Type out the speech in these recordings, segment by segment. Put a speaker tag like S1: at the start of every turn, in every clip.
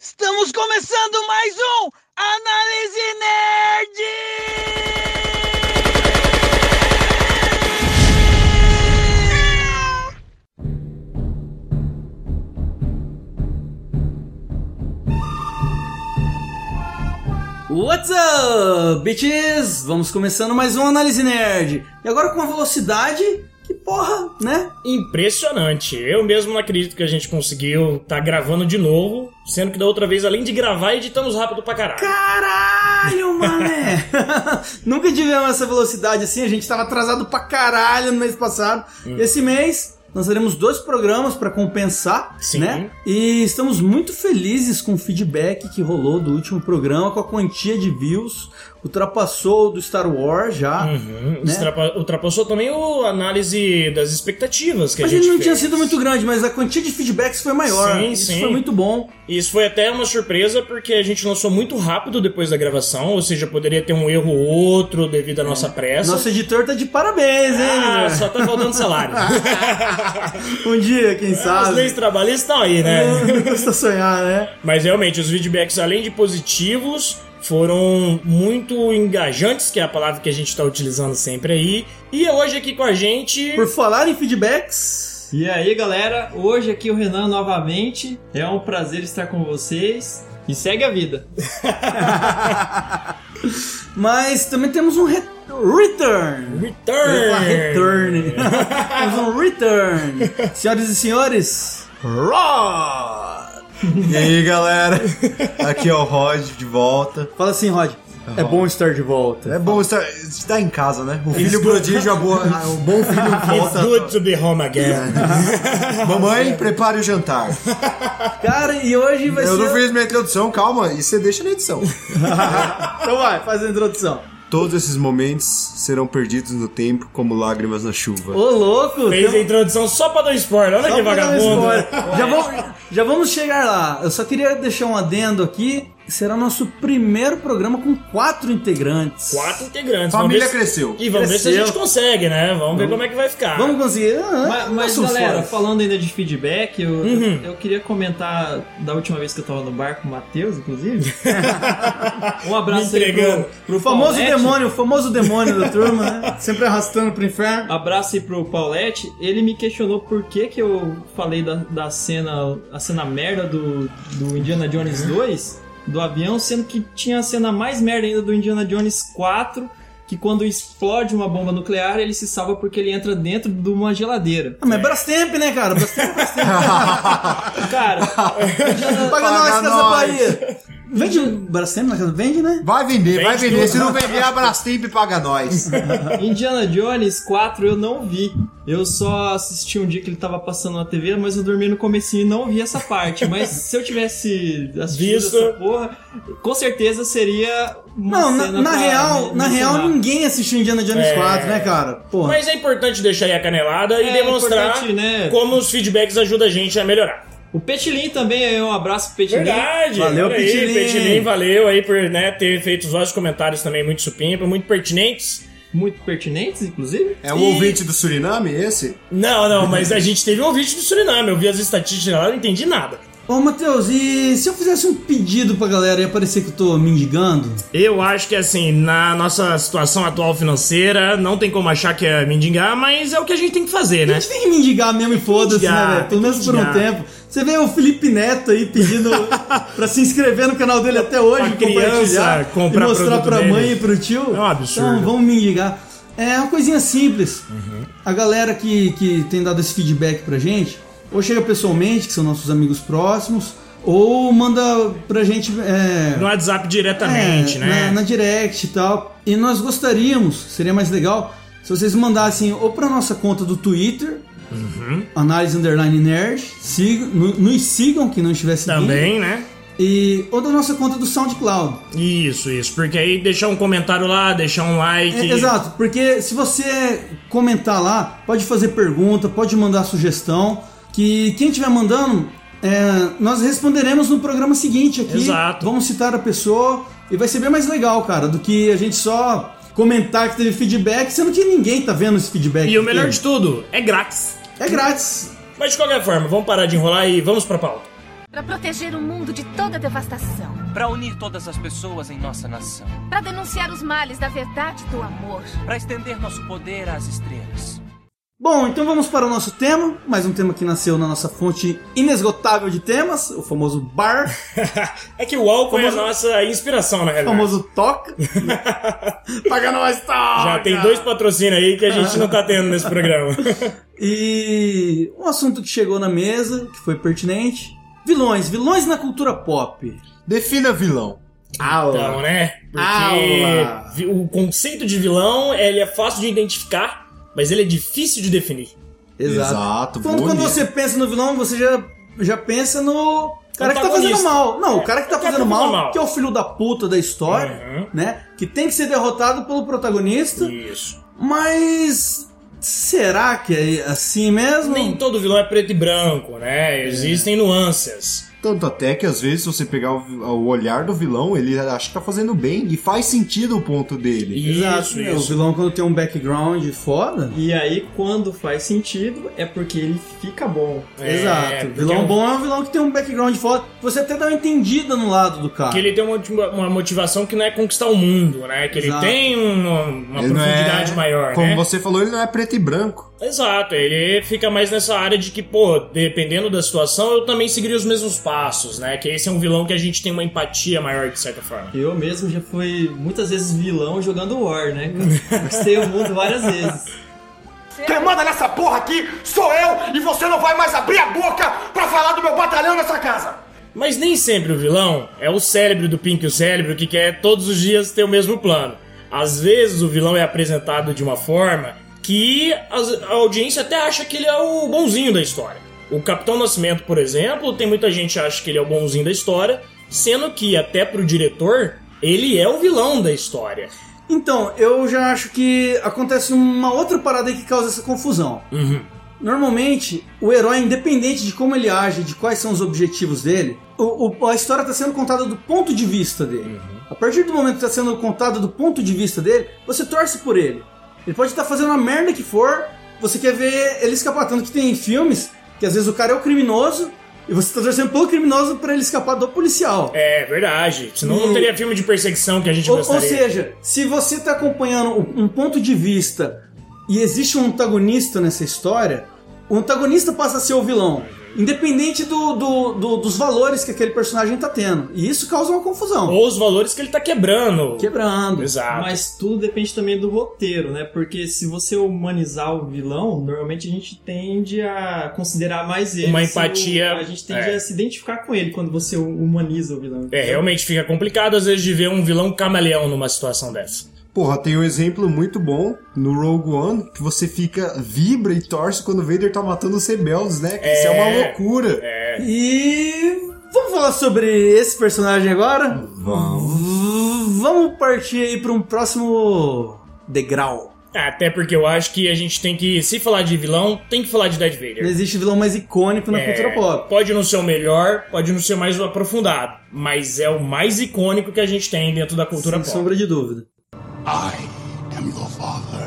S1: Estamos começando mais um Análise Nerd!
S2: What's up, bitches? Vamos começando mais um Análise Nerd. E agora com uma velocidade que porra, né?
S3: Impressionante. Eu mesmo não acredito que a gente conseguiu tá gravando de novo, sendo que da outra vez, além de gravar, editamos rápido pra caralho.
S2: Caralho, mané! Nunca tivemos essa velocidade assim, a gente tava atrasado pra caralho no mês passado.
S3: Hum.
S2: Esse mês nós teremos dois programas pra compensar,
S3: Sim.
S2: né? E estamos muito felizes com o feedback que rolou do último programa, com a quantia de views, ultrapassou o do Star Wars já.
S3: Uhum.
S2: Né?
S3: Ultrapa- Ultrapassou também o análise das expectativas que
S2: A
S3: a,
S2: gente não tinha
S3: fez.
S2: sido muito grande, mas a quantia de feedbacks foi maior.
S3: Sim,
S2: Isso
S3: sim.
S2: foi muito bom.
S3: E Isso foi até uma surpresa porque a gente lançou muito rápido depois da gravação, ou seja, poderia ter um erro ou outro devido à
S2: É.
S3: nossa pressa.
S2: Nosso editor tá de parabéns, hein?
S3: É ah,
S2: Leonardo?
S3: só tá faltando salário.
S2: Um dia, quem
S3: As
S2: sabe. É.
S3: leis trabalhistas estão aí, né?
S2: Não custa sonhar, né?
S3: Mas realmente, os feedbacks, além de positivos, foram muito engajantes, que é a palavra que a gente está utilizando sempre aí. E é hoje aqui com a gente.
S2: Por falar em feedbacks,
S4: E aí galera, hoje aqui o Renan novamente. É um prazer estar com vocês. E segue a vida.
S2: mas também temos um re- return. Eu ia falar
S3: Return!
S2: Return. temos um return. Senhoras e senhores, Rod!
S5: E aí galera, aqui é o Rod de volta.
S2: Fala assim, Rod. É bom estar de volta.
S5: É bom estar, estar em casa, né? O filho prodígio, a boa, a- o bom filho
S3: It's good
S5: volta.
S3: to be home again.
S5: Mamãe, prepare o jantar.
S2: Cara, e hoje vai
S5: Eu
S2: ser.
S5: não fiz minha introdução, calma, isso você deixa na edição.
S2: Então vai, faz a introdução.
S5: Todos esses momentos serão perdidos no tempo como lágrimas na
S2: Ô,
S5: chuva.
S2: louco!
S3: Fez a
S2: tem-
S3: introdução só pra dar um spoiler. Olha
S2: Só
S3: que
S2: pra dar um
S3: vagabundo.
S2: spoiler. Já vamos, já vamos chegar lá. Eu só queria deixar um adendo aqui. Será nosso primeiro programa com quatro integrantes.
S3: Quatro integrantes.
S5: Família
S3: vamos ver se-
S5: cresceu.
S3: E vamos ver se a gente
S2: Cresceu.
S3: consegue, né? Vamos ver como é que vai ficar.
S2: Vamos conseguir. Ah,
S4: Ma- Mas,
S2: nosso
S4: galera,
S2: esforço.
S4: falando ainda de feedback, eu,
S3: Uhum.
S4: eu queria comentar da última vez que eu tava no bar com o Matheus, inclusive. um abraço
S3: Me
S4: aí pro,
S3: entregando.
S4: pro
S2: o famoso
S4: Paulette.
S2: demônio, o famoso demônio da turma, né? Sempre arrastando pro inferno.
S4: Abraço aí pro Paulette. Ele me questionou por que que eu falei da, da cena, a cena merda do, do Indiana Jones
S2: Uhum.
S4: 2, do avião, sendo que tinha a cena mais merda ainda do Indiana Jones 4, que quando explode uma bomba nuclear, ele se salva porque ele entra dentro de uma geladeira.
S2: Ah, mas é Brastemp, né, cara? Brastemp
S4: Cara,
S2: paga,
S5: Paga
S2: nós, Casa
S5: nós.
S2: Bahia. Vende Brastemp na casa? Vende, né?
S5: Vai vender, vai
S3: Vende
S5: vender.
S3: tudo.
S5: Se não vender, a Brastemp paga nós.
S4: Indiana Jones 4 eu não vi. Eu só assisti um dia que ele tava passando na TV, mas eu dormi no comecinho e não vi essa parte. Mas se eu tivesse assistido
S3: Visto.
S4: essa porra, com certeza seria uma
S2: Não, na,
S4: cena
S2: na
S4: pra
S2: real,
S4: me-
S2: na real,
S4: mencionar.
S2: ninguém assistiu Indiana Jones
S3: É.
S2: 4, né, cara? Porra.
S3: Mas é importante deixar aí a canelada e
S4: É
S3: demonstrar
S4: importante, né?
S3: como os feedbacks ajudam a gente a melhorar.
S4: O Petilin também, aí, um abraço pro Petilin.
S3: Verdade!
S2: Valeu,
S3: olha aí,
S2: Petilim.
S3: Petilim, Valeu aí por né, ter feito os vários comentários também muito supimpa, muito pertinentes.
S4: Muito pertinentes, inclusive.
S5: É o
S3: E-
S5: ouvinte do Suriname, esse?
S3: Não, não, mas a gente teve um vídeo do Suriname, eu vi as estatísticas lá, não entendi nada.
S2: Ô, Matheus, e se eu fizesse um pedido pra galera ia parecer que eu tô mendigando?
S3: Eu acho que assim, na nossa situação atual financeira, não tem como achar que é mendigar, mas é o que a gente tem que fazer,
S2: A
S3: né?
S2: gente tem que mendigar mesmo e foda-se, né,
S3: Mendigar,
S2: velho? Pelo
S3: tem
S2: menos
S3: que
S2: por um
S3: mendigar.
S2: tempo. Você vê o Felipe Neto aí pedindo pra se inscrever no canal dele até hoje,
S3: Pra criança
S2: compartilhar
S3: comprar
S2: e mostrar
S3: produto
S2: pra
S3: dele.
S2: mãe e pro tio.
S3: É um absurdo. Uhum.
S2: Então vamos mendigar. É uma coisinha simples. A galera que, que tem dado esse feedback pra gente, ou chega pessoalmente, que são nossos amigos próximos, ou manda pra gente. é,
S3: No WhatsApp diretamente,
S2: é,
S3: né?
S2: Na, na direct e tal. E nós gostaríamos, seria mais legal, se vocês mandassem ou pra nossa conta do Twitter,
S3: Uhum.
S2: análise underline nerd, sigam- no- nos sigam que não estiver seguindo,
S3: Também, né?
S2: e, ou da nossa conta do SoundCloud.
S3: Isso, isso. Porque aí deixar um comentário lá, deixar um like.
S2: É, exato, porque se você comentar lá, pode fazer pergunta, pode mandar sugestão, que quem estiver mandando, é, nós responderemos no programa seguinte aqui.
S3: Exato.
S2: Vamos citar a pessoa e vai ser bem mais legal, cara, do que a gente só comentar que teve feedback, sendo que ninguém tá vendo esse feedback.
S3: E o melhor de
S2: de
S3: tudo, é grátis.
S2: É grátis.
S3: Mas de qualquer forma, vamos parar de enrolar e vamos pra pauta.
S6: Para proteger o mundo de toda devastação.
S7: Para unir todas as pessoas em nossa nação.
S6: Para denunciar os males da verdade e do amor.
S7: Para estender nosso poder às estrelas.
S2: Bom, então vamos para o nosso tema, mais um tema que nasceu na nossa fonte inesgotável de temas, o famoso bar,
S3: É que o álcool é
S2: Famoso-
S3: a nossa inspiração, na
S2: o
S3: realidade.
S2: famoso toca. Paga nós,
S5: tá!
S2: toca!
S3: Já tem dois patrocínios aí que a gente não tá tendo nesse programa.
S2: E um assunto que chegou na mesa, que foi pertinente, vilões, vilões na cultura pop.
S5: Defina vilão.
S3: Então, né?
S2: Aula.
S3: Porque vi- o conceito de vilão, ele é fácil de identificar, mas ele é difícil de definir.
S5: Exato.
S2: Quando, quando
S5: bonito.
S2: você pensa no vilão, você já, já pensa no cara que tá fazendo
S3: Antagonista.
S2: mal. Não, o cara que tá
S3: O cara
S2: fazendo
S3: que tá fazendo
S2: mal,
S3: mal.
S2: que é o filho da puta da história,
S3: Uhum.
S2: né? Que tem que ser derrotado pelo protagonista,
S3: Isso.
S2: mas será que é assim mesmo?
S3: Nem todo vilão é preto e branco, né?
S2: É.
S3: Existem nuances.
S5: Tanto até que às vezes, se você pegar o, o olhar do vilão, ele acha que tá fazendo bem e faz sentido o ponto dele.
S3: Isso,
S2: né? O
S3: isso.
S2: vilão quando tem um background foda.
S4: E aí, quando faz sentido, é porque ele fica bom.
S3: É,
S2: Exato.
S3: porque
S2: Vilão
S3: é um-
S2: bom é um vilão que tem um background foda. Você até dá uma entendida no lado do cara.
S3: Que ele tem uma motiva- uma motivação que não é conquistar o mundo, né? Que ele
S2: Exato.
S3: tem uma, uma
S5: Ele não é-
S3: profundidade maior,
S5: Como
S3: né?
S5: você falou, ele não é preto e branco.
S3: Exato, ele fica mais nessa área de que, pô, dependendo da situação, eu também seguiria os mesmos passos, né? Que esse é um vilão que a gente tem uma empatia maior, de certa forma.
S4: Eu mesmo já fui muitas vezes vilão jogando War, né? cara? Conquistei o mundo várias vezes.
S8: Quem manda nessa porra aqui sou eu e você não vai mais abrir a boca pra falar do meu batalhão nessa casa.
S3: Mas nem sempre o vilão é o cérebro do Pink, o cérebro que quer todos os dias ter o mesmo plano. Às vezes o vilão é apresentado de uma forma que as- a audiência até acha que ele é o bonzinho da história. O Capitão Nascimento, por exemplo, tem muita gente que acha que ele é o bonzinho da história, sendo que até pro diretor ele é o vilão da história.
S2: Então, eu já acho que acontece uma outra parada aí que causa essa confusão. Normalmente, o herói, independente de como ele age, de quais são os objetivos dele, o- o- a história está sendo contada do ponto de vista dele. A partir do momento que está sendo contada do ponto de vista dele, você torce por ele. Ele pode estar fazendo a merda que for, você quer ver ele escapar. Tanto que tem filmes que às vezes o cara é o criminoso e você está torcendo pelo criminoso para ele escapar do policial.
S3: É verdade, senão não
S2: Hum.
S3: teria filme de perseguição que a gente
S2: Ou, ou
S3: gostaria.
S2: seja, se você está acompanhando um um ponto de vista e existe um antagonista nessa história, o antagonista passa a ser o vilão. Independente do, do- do- dos valores que aquele personagem tá tendo. E isso causa uma confusão.
S3: Ou os valores que ele tá quebrando.
S2: Quebrando.
S3: Exato.
S4: Mas tudo depende também do roteiro, né? Porque se você humanizar o vilão, normalmente a gente tende a considerar mais ele.
S3: Uma
S4: Se o-
S3: empatia-
S4: A gente tende
S3: é.
S4: a se identificar com ele quando você humaniza o vilão.
S3: É, realmente fica complicado às vezes de ver um vilão camaleão numa situação dessa.
S5: Porra, tem um exemplo muito bom no Rogue One que você fica, vibra e torce quando o Vader tá matando os rebeldes, né? Que Isso é uma loucura.
S3: É.
S2: E vamos falar sobre esse personagem agora?
S5: Vamos.
S2: V- Vamos partir aí para um próximo degrau.
S3: É, Até porque eu acho que a gente tem que, se falar de vilão, tem que falar de Darth
S2: Não
S3: Vader.
S2: existe vilão mais icônico na
S3: É,
S2: cultura pop.
S3: Pode não ser o melhor, pode não ser o mais aprofundado, mas é o mais icônico que a gente tem dentro da cultura
S2: Sem
S3: pop.
S2: sombra de dúvida.
S8: I am your father.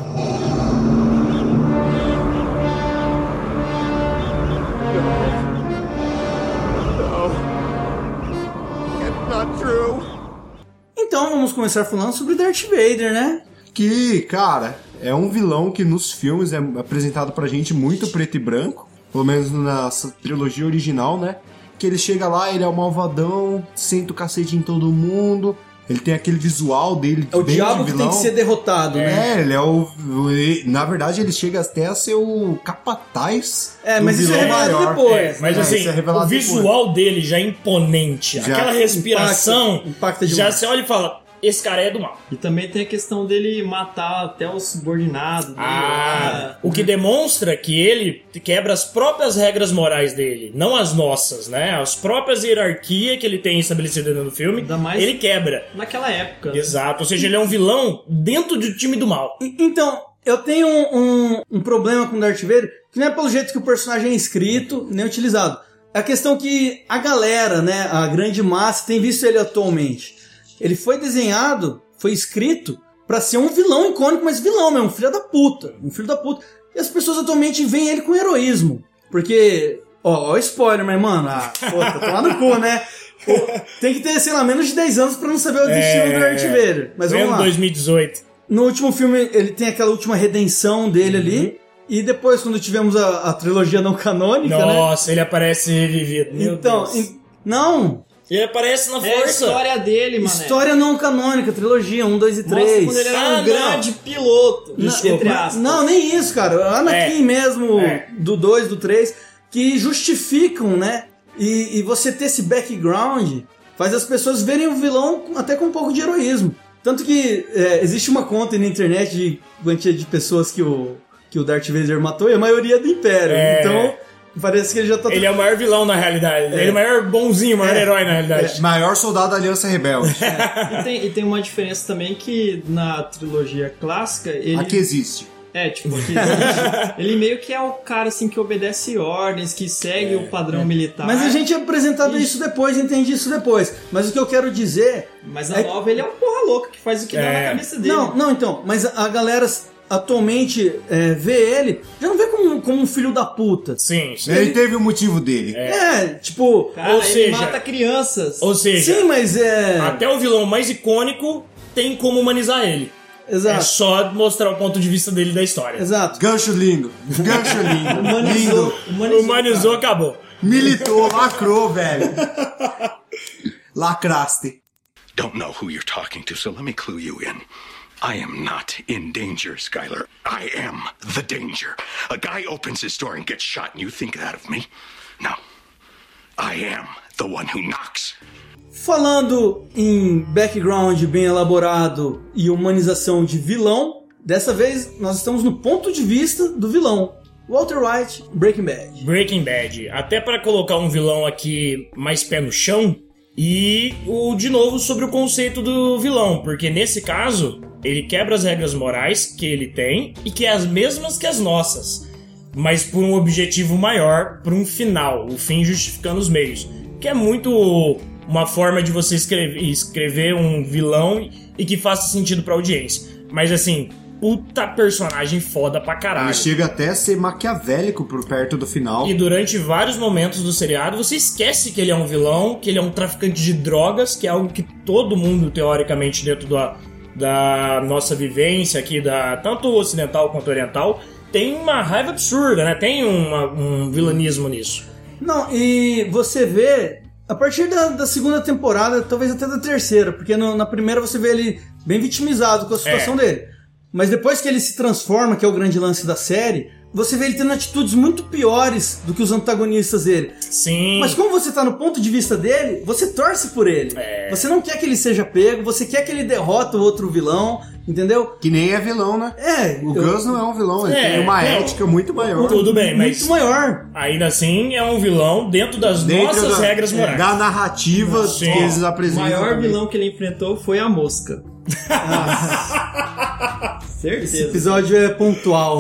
S8: It's not true.
S2: Então vamos começar falando sobre Darth Vader, né?
S5: Que, cara, é um vilão que nos filmes é apresentado pra gente muito preto e branco, pelo menos na s- trilogia original, né? Que ele chega lá, ele é o malvadão, senta o cacete em todo mundo, ele tem aquele visual dele
S2: É o
S5: bem
S2: diabo
S5: de
S2: que
S5: vilão.
S2: tem que ser derrotado, né?
S5: É, ele é o. ele- na verdade, ele chega até a ser o capataz.
S2: É,
S5: do
S2: mas isso é
S5: vilão
S2: revelado
S5: maior.
S2: depois.
S3: Mas
S5: É,
S3: assim,
S5: isso é revelado
S3: o visual dele já é imponente.
S5: Já.
S3: Aquela respiração
S2: Impacta- impacta
S3: já
S2: demais.
S3: você olha e fala: esse cara é do mal.
S4: E também tem a questão dele matar até né? o subordinado. dele
S3: Ah,
S4: lá.
S3: o que demonstra que ele quebra as próprias regras morais dele, não as nossas, né? As próprias hierarquias que ele tem estabelecida no filme,
S4: Ainda mais-
S3: ele quebra.
S4: Naquela época. né?
S3: Exato, ou seja, ele é um vilão dentro do time do mal.
S2: E- Então, eu tenho um, um- um problema com Darth Vader, que não é pelo jeito que o personagem é escrito, nem utilizado. É a questão que a galera, né, a grande massa, tem visto ele atualmente. Ele foi desenhado, foi escrito, pra ser um vilão icônico, mas vilão mesmo, filho da puta. Um filho da puta. E as pessoas atualmente veem ele com heroísmo. Porque Ó, ó, spoiler, mas, mano, ah, pô, tá tomando cu, né? Pô, tem que ter, sei lá, menos de 10 anos pra não saber o destino do Darth Vader. Mas
S3: Vendo
S2: vamos lá.
S3: 2018.
S2: No último filme, ele tem aquela última redenção dele
S4: Uhum.
S2: ali. E depois, quando tivemos a, a trilogia não canônica, né?
S3: Nossa, ele aparece revivido. Meu
S2: Então,
S3: Deus.
S2: em- não,
S3: Ele aparece na
S4: É a
S3: força.
S4: história dele, mano.
S2: história não canônica, trilogia 1, 2 e
S4: Mostra quando
S2: 3.
S4: ele era
S3: Ah,
S4: um
S3: não.
S4: grande piloto. Entre aspas.
S2: Não,
S3: né?
S2: nem isso, cara. Anakin
S3: É.
S2: mesmo,
S3: É.
S2: do 2, do 3, que justificam, né? E, e você ter esse background faz as pessoas verem o vilão com- até com um pouco de heroísmo. Tanto que é, existe uma conta aí na internet de quantia de pessoas que o, que o Darth Vader matou e a maioria é do Império.
S3: É.
S2: Então, parece que ele já tá...
S3: Ele é o maior vilão na realidade. Ele é o maior bonzinho, o maior
S2: É.
S3: herói na realidade.
S5: É, Maior soldado da Aliança Rebelde.
S4: E, tem, e tem uma diferença também que na trilogia clássica ele.
S5: a que existe.
S4: É, tipo, aqui existe. ele meio que é o cara assim que obedece ordens, que segue o padrão militar.
S2: É, Mas
S3: Ah,
S2: a gente é apresentado isso depois, entende isso depois. Mas o que eu quero dizer
S4: Mas na
S2: é-
S4: nova ele é um porra louca que faz o que dá
S3: É.
S4: na cabeça dele.
S2: Não, não, então, mas a a galera s- atualmente é, vê ele, já não vê como, como um filho da puta.
S3: Sim, sim.
S5: Ele teve o motivo dele.
S2: É, tipo.
S4: Cara,
S3: Ou
S4: ele
S3: seja-
S4: mata crianças.
S3: Ou seja,
S2: Sim, mas é.
S3: até o vilão mais icônico tem como humanizar ele. É
S2: Exato.
S3: só mostrar o ponto de vista dele da história.
S2: Exato.
S5: Gancho lindo. Gancho lindo.
S4: Humanizou,
S5: lindo.
S4: humanizou,
S3: Humanizou, acabou.
S5: Militou, lacrou, velho. Lacraste.
S9: Don't know who you're talking to, so let me clue you in. I am not in danger, Skyler. I am the danger. A guy opens his door and gets shot, and you think that of me? No. I am the one who knocks.
S2: Falando em background bem elaborado e humanização de vilão, dessa vez nós estamos no ponto de vista do vilão. Walter White, Breaking Bad.
S3: Breaking Bad. Até para colocar um vilão aqui mais pé no chão. E o de novo sobre o conceito do vilão, porque nesse caso ele quebra as regras morais que ele tem e que é as mesmas que as nossas, mas por um objetivo maior, por um final, o fim justificando os meios, que é muito uma forma de você escrever, escrever um vilão e que faça sentido pra audiência. Mas assim, puta personagem foda pra
S5: Ele
S3: caralho.
S5: chega até a ser maquiavélico por perto do final.
S3: E durante vários momentos do seriado, você esquece que ele é um vilão, que ele é um traficante de drogas, que é algo que todo mundo, teoricamente, dentro da, da nossa vivência aqui, da, tanto ocidental quanto oriental, tem uma raiva absurda, né? Tem uma- um vilanismo nisso.
S2: Não, e você vê a partir da, da segunda temporada, talvez até da terceira, porque no- na primeira você vê ele bem vitimizado com a situação dele. Mas depois que ele se transforma, que é o grande lance da série, você vê ele tendo atitudes muito piores do que os antagonistas dele.
S3: Sim.
S2: Mas como você tá no ponto de vista dele, você torce por ele. Você não quer que ele seja pego, você quer que ele derrota o outro vilão, entendeu?
S5: Que nem é vilão, né?
S2: É,
S5: O
S2: eu-
S5: Gus não é um vilão, ele
S3: É,
S5: tem uma
S3: não.
S5: ética muito maior.
S3: Tudo bem, mas
S2: é muito maior.
S3: ainda assim é um vilão dentro das
S5: Dentro
S3: nossas
S5: da-
S3: regras morais.
S5: Da narrativa
S3: Sim.
S5: que eles
S4: O
S5: apresentam.
S4: maior
S5: também.
S4: vilão que ele enfrentou foi a mosca.
S2: Esse
S4: Certeza.
S2: episódio é pontual.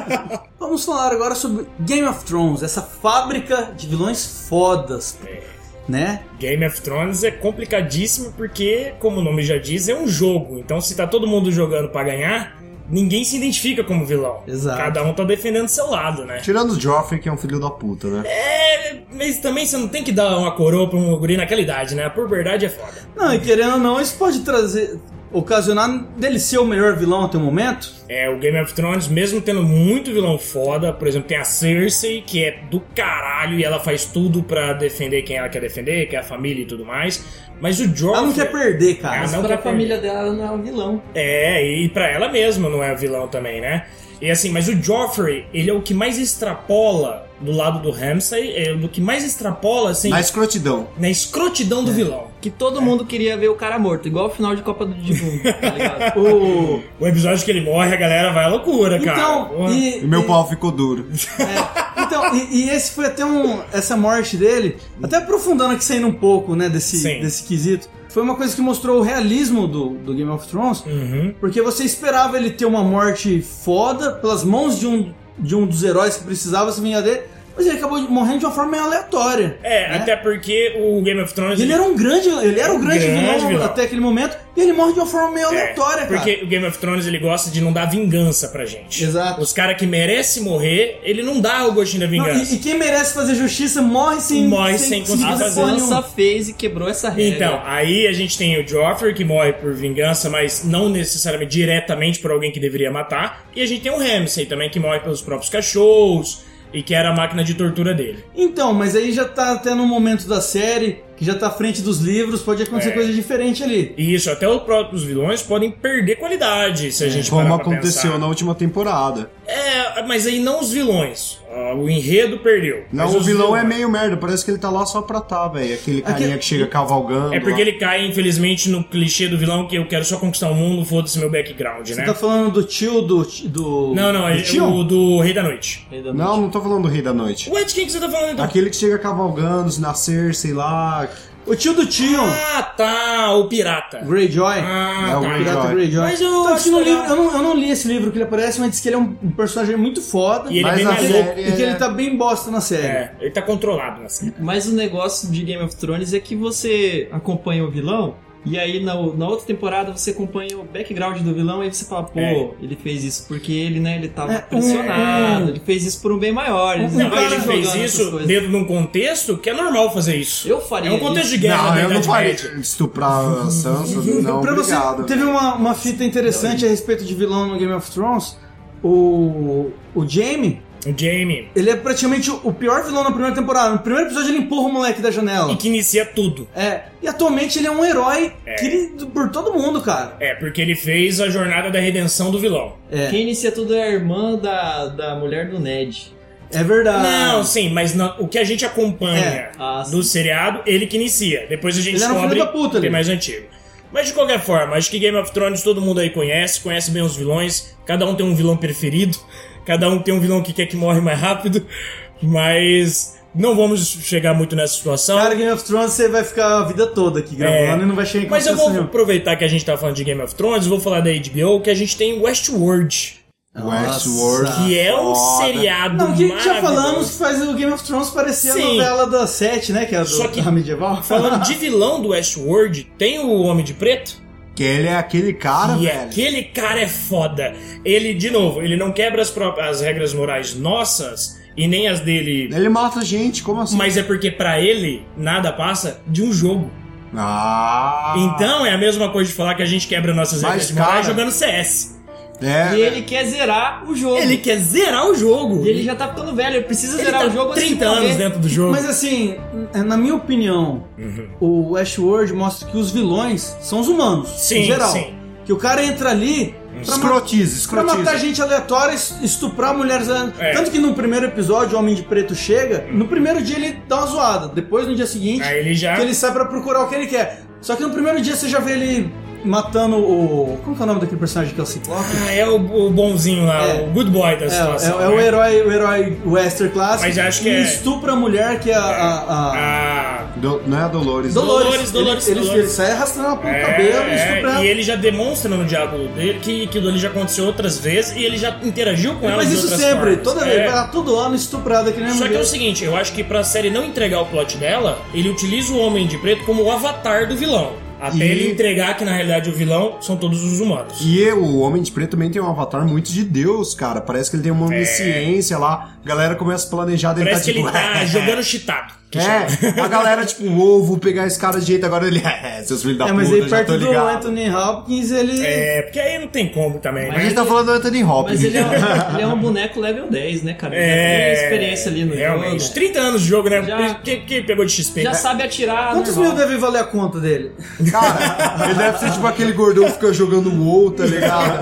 S2: Vamos falar agora sobre Game of Thrones, essa fábrica de vilões fodas,
S3: É.
S2: né?
S3: Game of Thrones é complicadíssimo porque, como o nome já diz, é um jogo. Então, se tá todo mundo jogando pra ganhar, ninguém se identifica como vilão.
S2: Exato.
S3: Cada um tá defendendo seu lado, né? É,
S5: Tirando o Joffrey, que é um filho da puta, né?
S3: Mas também você não tem que dar uma coroa pra um guri naquela idade, né? A puberdade é foda.
S2: Não, e querendo ou não, isso pode trazer, ocasionar dele ser o melhor vilão até o momento.
S3: É, o Game of Thrones, mesmo tendo muito vilão foda, por exemplo, tem a Cersei, que é do caralho e ela faz tudo pra defender quem ela quer defender, que é a família e tudo mais. Mas o Joffrey...
S2: Ela não quer perder,
S3: Ah,
S2: cara.
S3: não
S4: Pra
S3: quer
S4: família dela ela não é um vilão.
S3: É, e pra ela mesma não é vilão também, né? E assim, mas o Joffrey, ele é o que mais extrapola do lado do Ramsay, é o que mais extrapola, assim,
S5: Na escrotidão.
S3: na escrotidão
S2: É.
S3: do vilão.
S4: Que todo mundo queria ver o cara morto, igual o final de Copa do Mundo, tá ligado?
S2: O-
S3: O episódio que ele morre, a galera vai à loucura, cara.
S2: Então,
S3: Porra.
S2: e,
S5: E meu
S2: e-
S5: pau ficou duro.
S2: Então, e, e esse foi até um. Essa morte dele, até aprofundando aqui, saindo um pouco, né, desse,
S3: Sim.
S2: desse quesito, foi uma coisa que mostrou o realismo do, do Game of Thrones.
S3: Uhum.
S2: Porque você esperava ele ter uma morte foda pelas mãos de um, de um dos heróis que precisava se vingar dele. Mas ele acabou de- morrendo de uma forma meio aleatória.
S3: É,
S2: né?
S3: até porque o Game of Thrones.
S2: Ele era um grande, ele era o grande,
S3: Grande
S2: vilão,
S3: vilão.
S2: até aquele momento, e ele morre de uma forma meio
S3: É,
S2: aleatória, um cara.
S3: Porque o Game of Thrones ele gosta de não dar vingança pra gente.
S2: Exato.
S3: Os caras que merecem morrer, ele não dá o gostinho da
S2: Não,
S3: vingança.
S2: e, e quem merece fazer justiça morre sem
S3: Morre sem conseguir
S2: sem
S3: fazer.
S2: porra nenhuma.
S4: Sansa fez e quebrou essa regra.
S3: Então, aí a gente tem o Joffrey que morre por vingança, mas não necessariamente diretamente por alguém que deveria matar. E a gente tem o Ramsay também que morre pelos próprios cachorros e que era a máquina de tortura dele.
S2: Então, mas aí já tá até no momento da série, que já tá à frente dos livros, pode acontecer
S3: É.
S2: coisa diferente ali.
S3: E isso, até os próprios vilões podem perder qualidade se a gente
S5: É, Como
S3: parar pra
S5: aconteceu
S3: pensar.
S5: na última temporada.
S3: É, mas aí não os vilões. Ah, O enredo perdeu.
S5: Não,
S3: Mas
S5: o
S3: os
S5: vilão
S3: vilões-
S5: é meio merda, parece que ele tá lá só pra tá, velho. Aquele carinha
S2: Aquele-
S5: que chega cavalgando.
S3: É porque
S5: lá.
S3: ele cai, infelizmente, no clichê do vilão que eu quero só conquistar o mundo, foda-se meu background,
S2: Você
S3: né?
S2: tá falando do tio do. do
S3: Não, não,
S2: do
S3: é
S2: tio?
S5: um?
S3: o do Rei da Noite.
S4: Ainda não.
S5: Não, não tô falando do Rei da Noite.
S3: Ué, de quem que você tá falando então?
S5: Aquele que chega cavalgando, se nascer, sei lá.
S2: O tio do tio,
S3: Ah, tá, o pirata.
S2: Greyjoy.
S5: É
S3: Ah,
S5: o
S3: tá.
S5: Greyjoy. Tá
S2: Pirata Greyjoy.
S3: Mas eu
S2: Tanto que
S3: acho
S2: no
S3: legal.
S2: livro- eu, não, eu não li esse livro que ele aparece, mas diz que ele é um um personagem muito foda.
S3: E ele é
S5: Mas
S3: bem
S5: na
S3: mais
S2: E
S5: série-
S3: louco.
S2: ele- e que ele tá bem bosta na série.
S3: É, ele tá controlado na série.
S4: Mas o negócio de Game of Thrones é que você acompanha o vilão, e aí na, na outra temporada você acompanha o background do vilão, e você fala, pô,
S3: É.
S4: ele fez isso porque ele, né, ele tava
S2: É, um-
S4: pressionado,
S2: um-
S4: ele fez isso por um bem maior. Ele,
S2: um
S4: não
S3: Não,
S4: vai
S3: ele
S4: jogando
S3: é. fez
S4: essas
S3: isso
S4: coisas."
S3: dentro de um contexto que é normal fazer isso.
S4: Eu faria
S3: É um contexto
S4: isso.
S3: de guerra
S5: não,
S3: na
S5: eu não
S3: Idade
S5: parei
S3: Média.
S5: de estuprar a Sansa, não,
S2: pra você,
S5: obrigado.
S2: teve uma, uma fita interessante a respeito de vilão no Game of Thrones. O, o Jamie,
S3: O Jamie.
S2: ele é praticamente o o pior vilão na primeira temporada. No primeiro episódio, ele empurra o moleque da janela.
S3: E que inicia tudo.
S2: É, e atualmente ele é um herói querido por todo mundo, cara.
S3: É, porque ele fez a jornada da redenção do vilão.
S2: É,
S4: Quem inicia tudo é a irmã da, da mulher do Ned.
S2: é verdade.
S3: Não, sim, mas na- o que a gente acompanha
S2: É.
S4: Ah,
S3: do seriado, ele que inicia. Depois a gente
S2: Ele era um
S3: descobre
S2: filho da puta
S3: que é
S2: ali.
S3: mais antigo. Mas de qualquer forma, acho que Game of Thrones todo mundo aí conhece, conhece bem os vilões, cada um tem um vilão preferido, cada um tem um vilão que quer que morre mais rápido, mas não vamos chegar muito nessa situação.
S2: Cara, Game of Thrones você vai ficar a vida toda aqui gravando e não vai chegar em
S3: É. mas eu
S2: conclusão
S3: vou
S2: nenhuma.
S3: aproveitar que a gente tá falando de Game of Thrones, vou falar da HBO, que a gente tem Westworld,
S5: Westworld.
S2: Nossa.
S3: que é um
S5: foda.
S3: seriado
S2: Ah, Não, que já
S3: maravilhoso.
S2: falamos que faz o Game of Thrones parecer
S3: né? Sim.
S2: a novela da sete, né? Que é a, do,
S3: Só que-
S2: a medieval.
S3: Falando de vilão do Westworld, tem o Homem de Preto?
S2: um-
S5: Que ele é aquele cara,
S3: e
S5: velho.
S3: aquele cara é foda. Ele, de novo, ele não quebra as, próprias, as regras morais nossas e nem as dele.
S5: Ele mata gente, como assim?
S3: Mas é porque pra ele nada passa de um jogo.
S5: Ah.
S3: Então é a mesma coisa de falar que a gente quebra nossas
S5: Mas,
S3: regras morais
S5: cara-
S3: jogando CS.
S5: É,
S4: E ele quer zerar o jogo.
S3: Ele quer zerar o jogo.
S4: E ele já tá ficando velho, ele precisa
S3: Ele
S4: zerar
S3: tá
S4: o jogo assim antes de
S3: 30 anos
S4: morrer.
S3: dentro do jogo. Uhum.
S2: Mas assim, na minha opinião, o Westworld mostra que os vilões são os humanos,
S3: Sim,
S2: em geral.
S3: sim. Um
S2: Que o cara entra ali
S5: é.
S2: pra, ma-
S5: Escrotiza,
S2: pra
S5: escrotiza.
S2: matar gente aleatória, es- estuprar mulheres. ale-
S3: É.
S2: Tanto que no primeiro episódio, o Homem de Preto chega, no primeiro dia ele dá uma zoada, depois no dia seguinte,
S3: Aí tá. ele já.
S2: que ele sai pra procurar o que ele quer. Só que no primeiro dia você já vê ele matando o. Como que é o nome daquele personagem que é o Ciclope?
S3: Ah, é o, o bonzinho lá,
S2: É.
S3: o good boy da
S2: É,
S3: situação.
S2: é- é o
S3: né?
S2: herói, o herói western clássico.
S3: Mas acho que
S2: e
S3: é-
S2: estupra a mulher que é a- a- a
S3: Ah,
S5: Do- não é a
S3: Dolores,
S5: Dolores. né?
S2: Dolores,
S3: Dolores,
S2: ele, ele-
S3: Dolores.
S2: ele sai arrastando ela pelo
S3: É,
S2: cabelo e
S3: é,
S2: estuprando.
S3: e ele já demonstra no diálogo dele que aquilo ali já aconteceu outras vezes e ele já interagiu com ela
S2: Mas
S3: de
S2: isso
S3: outras
S2: sempre,
S3: formas.
S2: toda
S3: É.
S2: vez, vai lá todo ano estuprado aqui, né?
S3: Só que é o seguinte, eu acho que pra série não entregar o plot dela, ele utiliza o Homem de Preto como o avatar do vilão. Até
S5: E-
S3: ele entregar que na realidade o vilão são todos os humanos.
S5: E eu, o Homem de Preto também tem um avatar muito de Deus, cara. Parece que ele tem uma onisciência lá. A galera começa a planejar dele
S3: É. Parece que
S5: tá tipo.
S3: ele tá jogando cheatado. que chama.
S5: É, a galera, tipo, ô, vou pegar esse cara de jeito agora ele. É, seus filhos da
S2: É,
S5: puta,
S2: mas aí
S5: já
S2: perto
S5: tô
S2: do
S5: ligado.
S2: Anthony Hopkins ele.
S3: É, porque aí não tem como também.
S5: A
S3: né?
S5: gente tá falando do Anthony Hopkins.
S4: Mas ele é, um, ele é um boneco level 10, né, cara? Ele já tem experiência ali no
S3: É, realmente.
S4: jogo.
S3: 30 anos de jogo, né?
S4: Já-
S3: Quem, quem pegou de XP?
S4: Já sabe atirar.
S2: Quantos
S4: É normal.
S2: mil deve valer a conta dele?
S5: Cara, ele deve ser tipo aquele gordão que fica jogando WoW, tá ligado?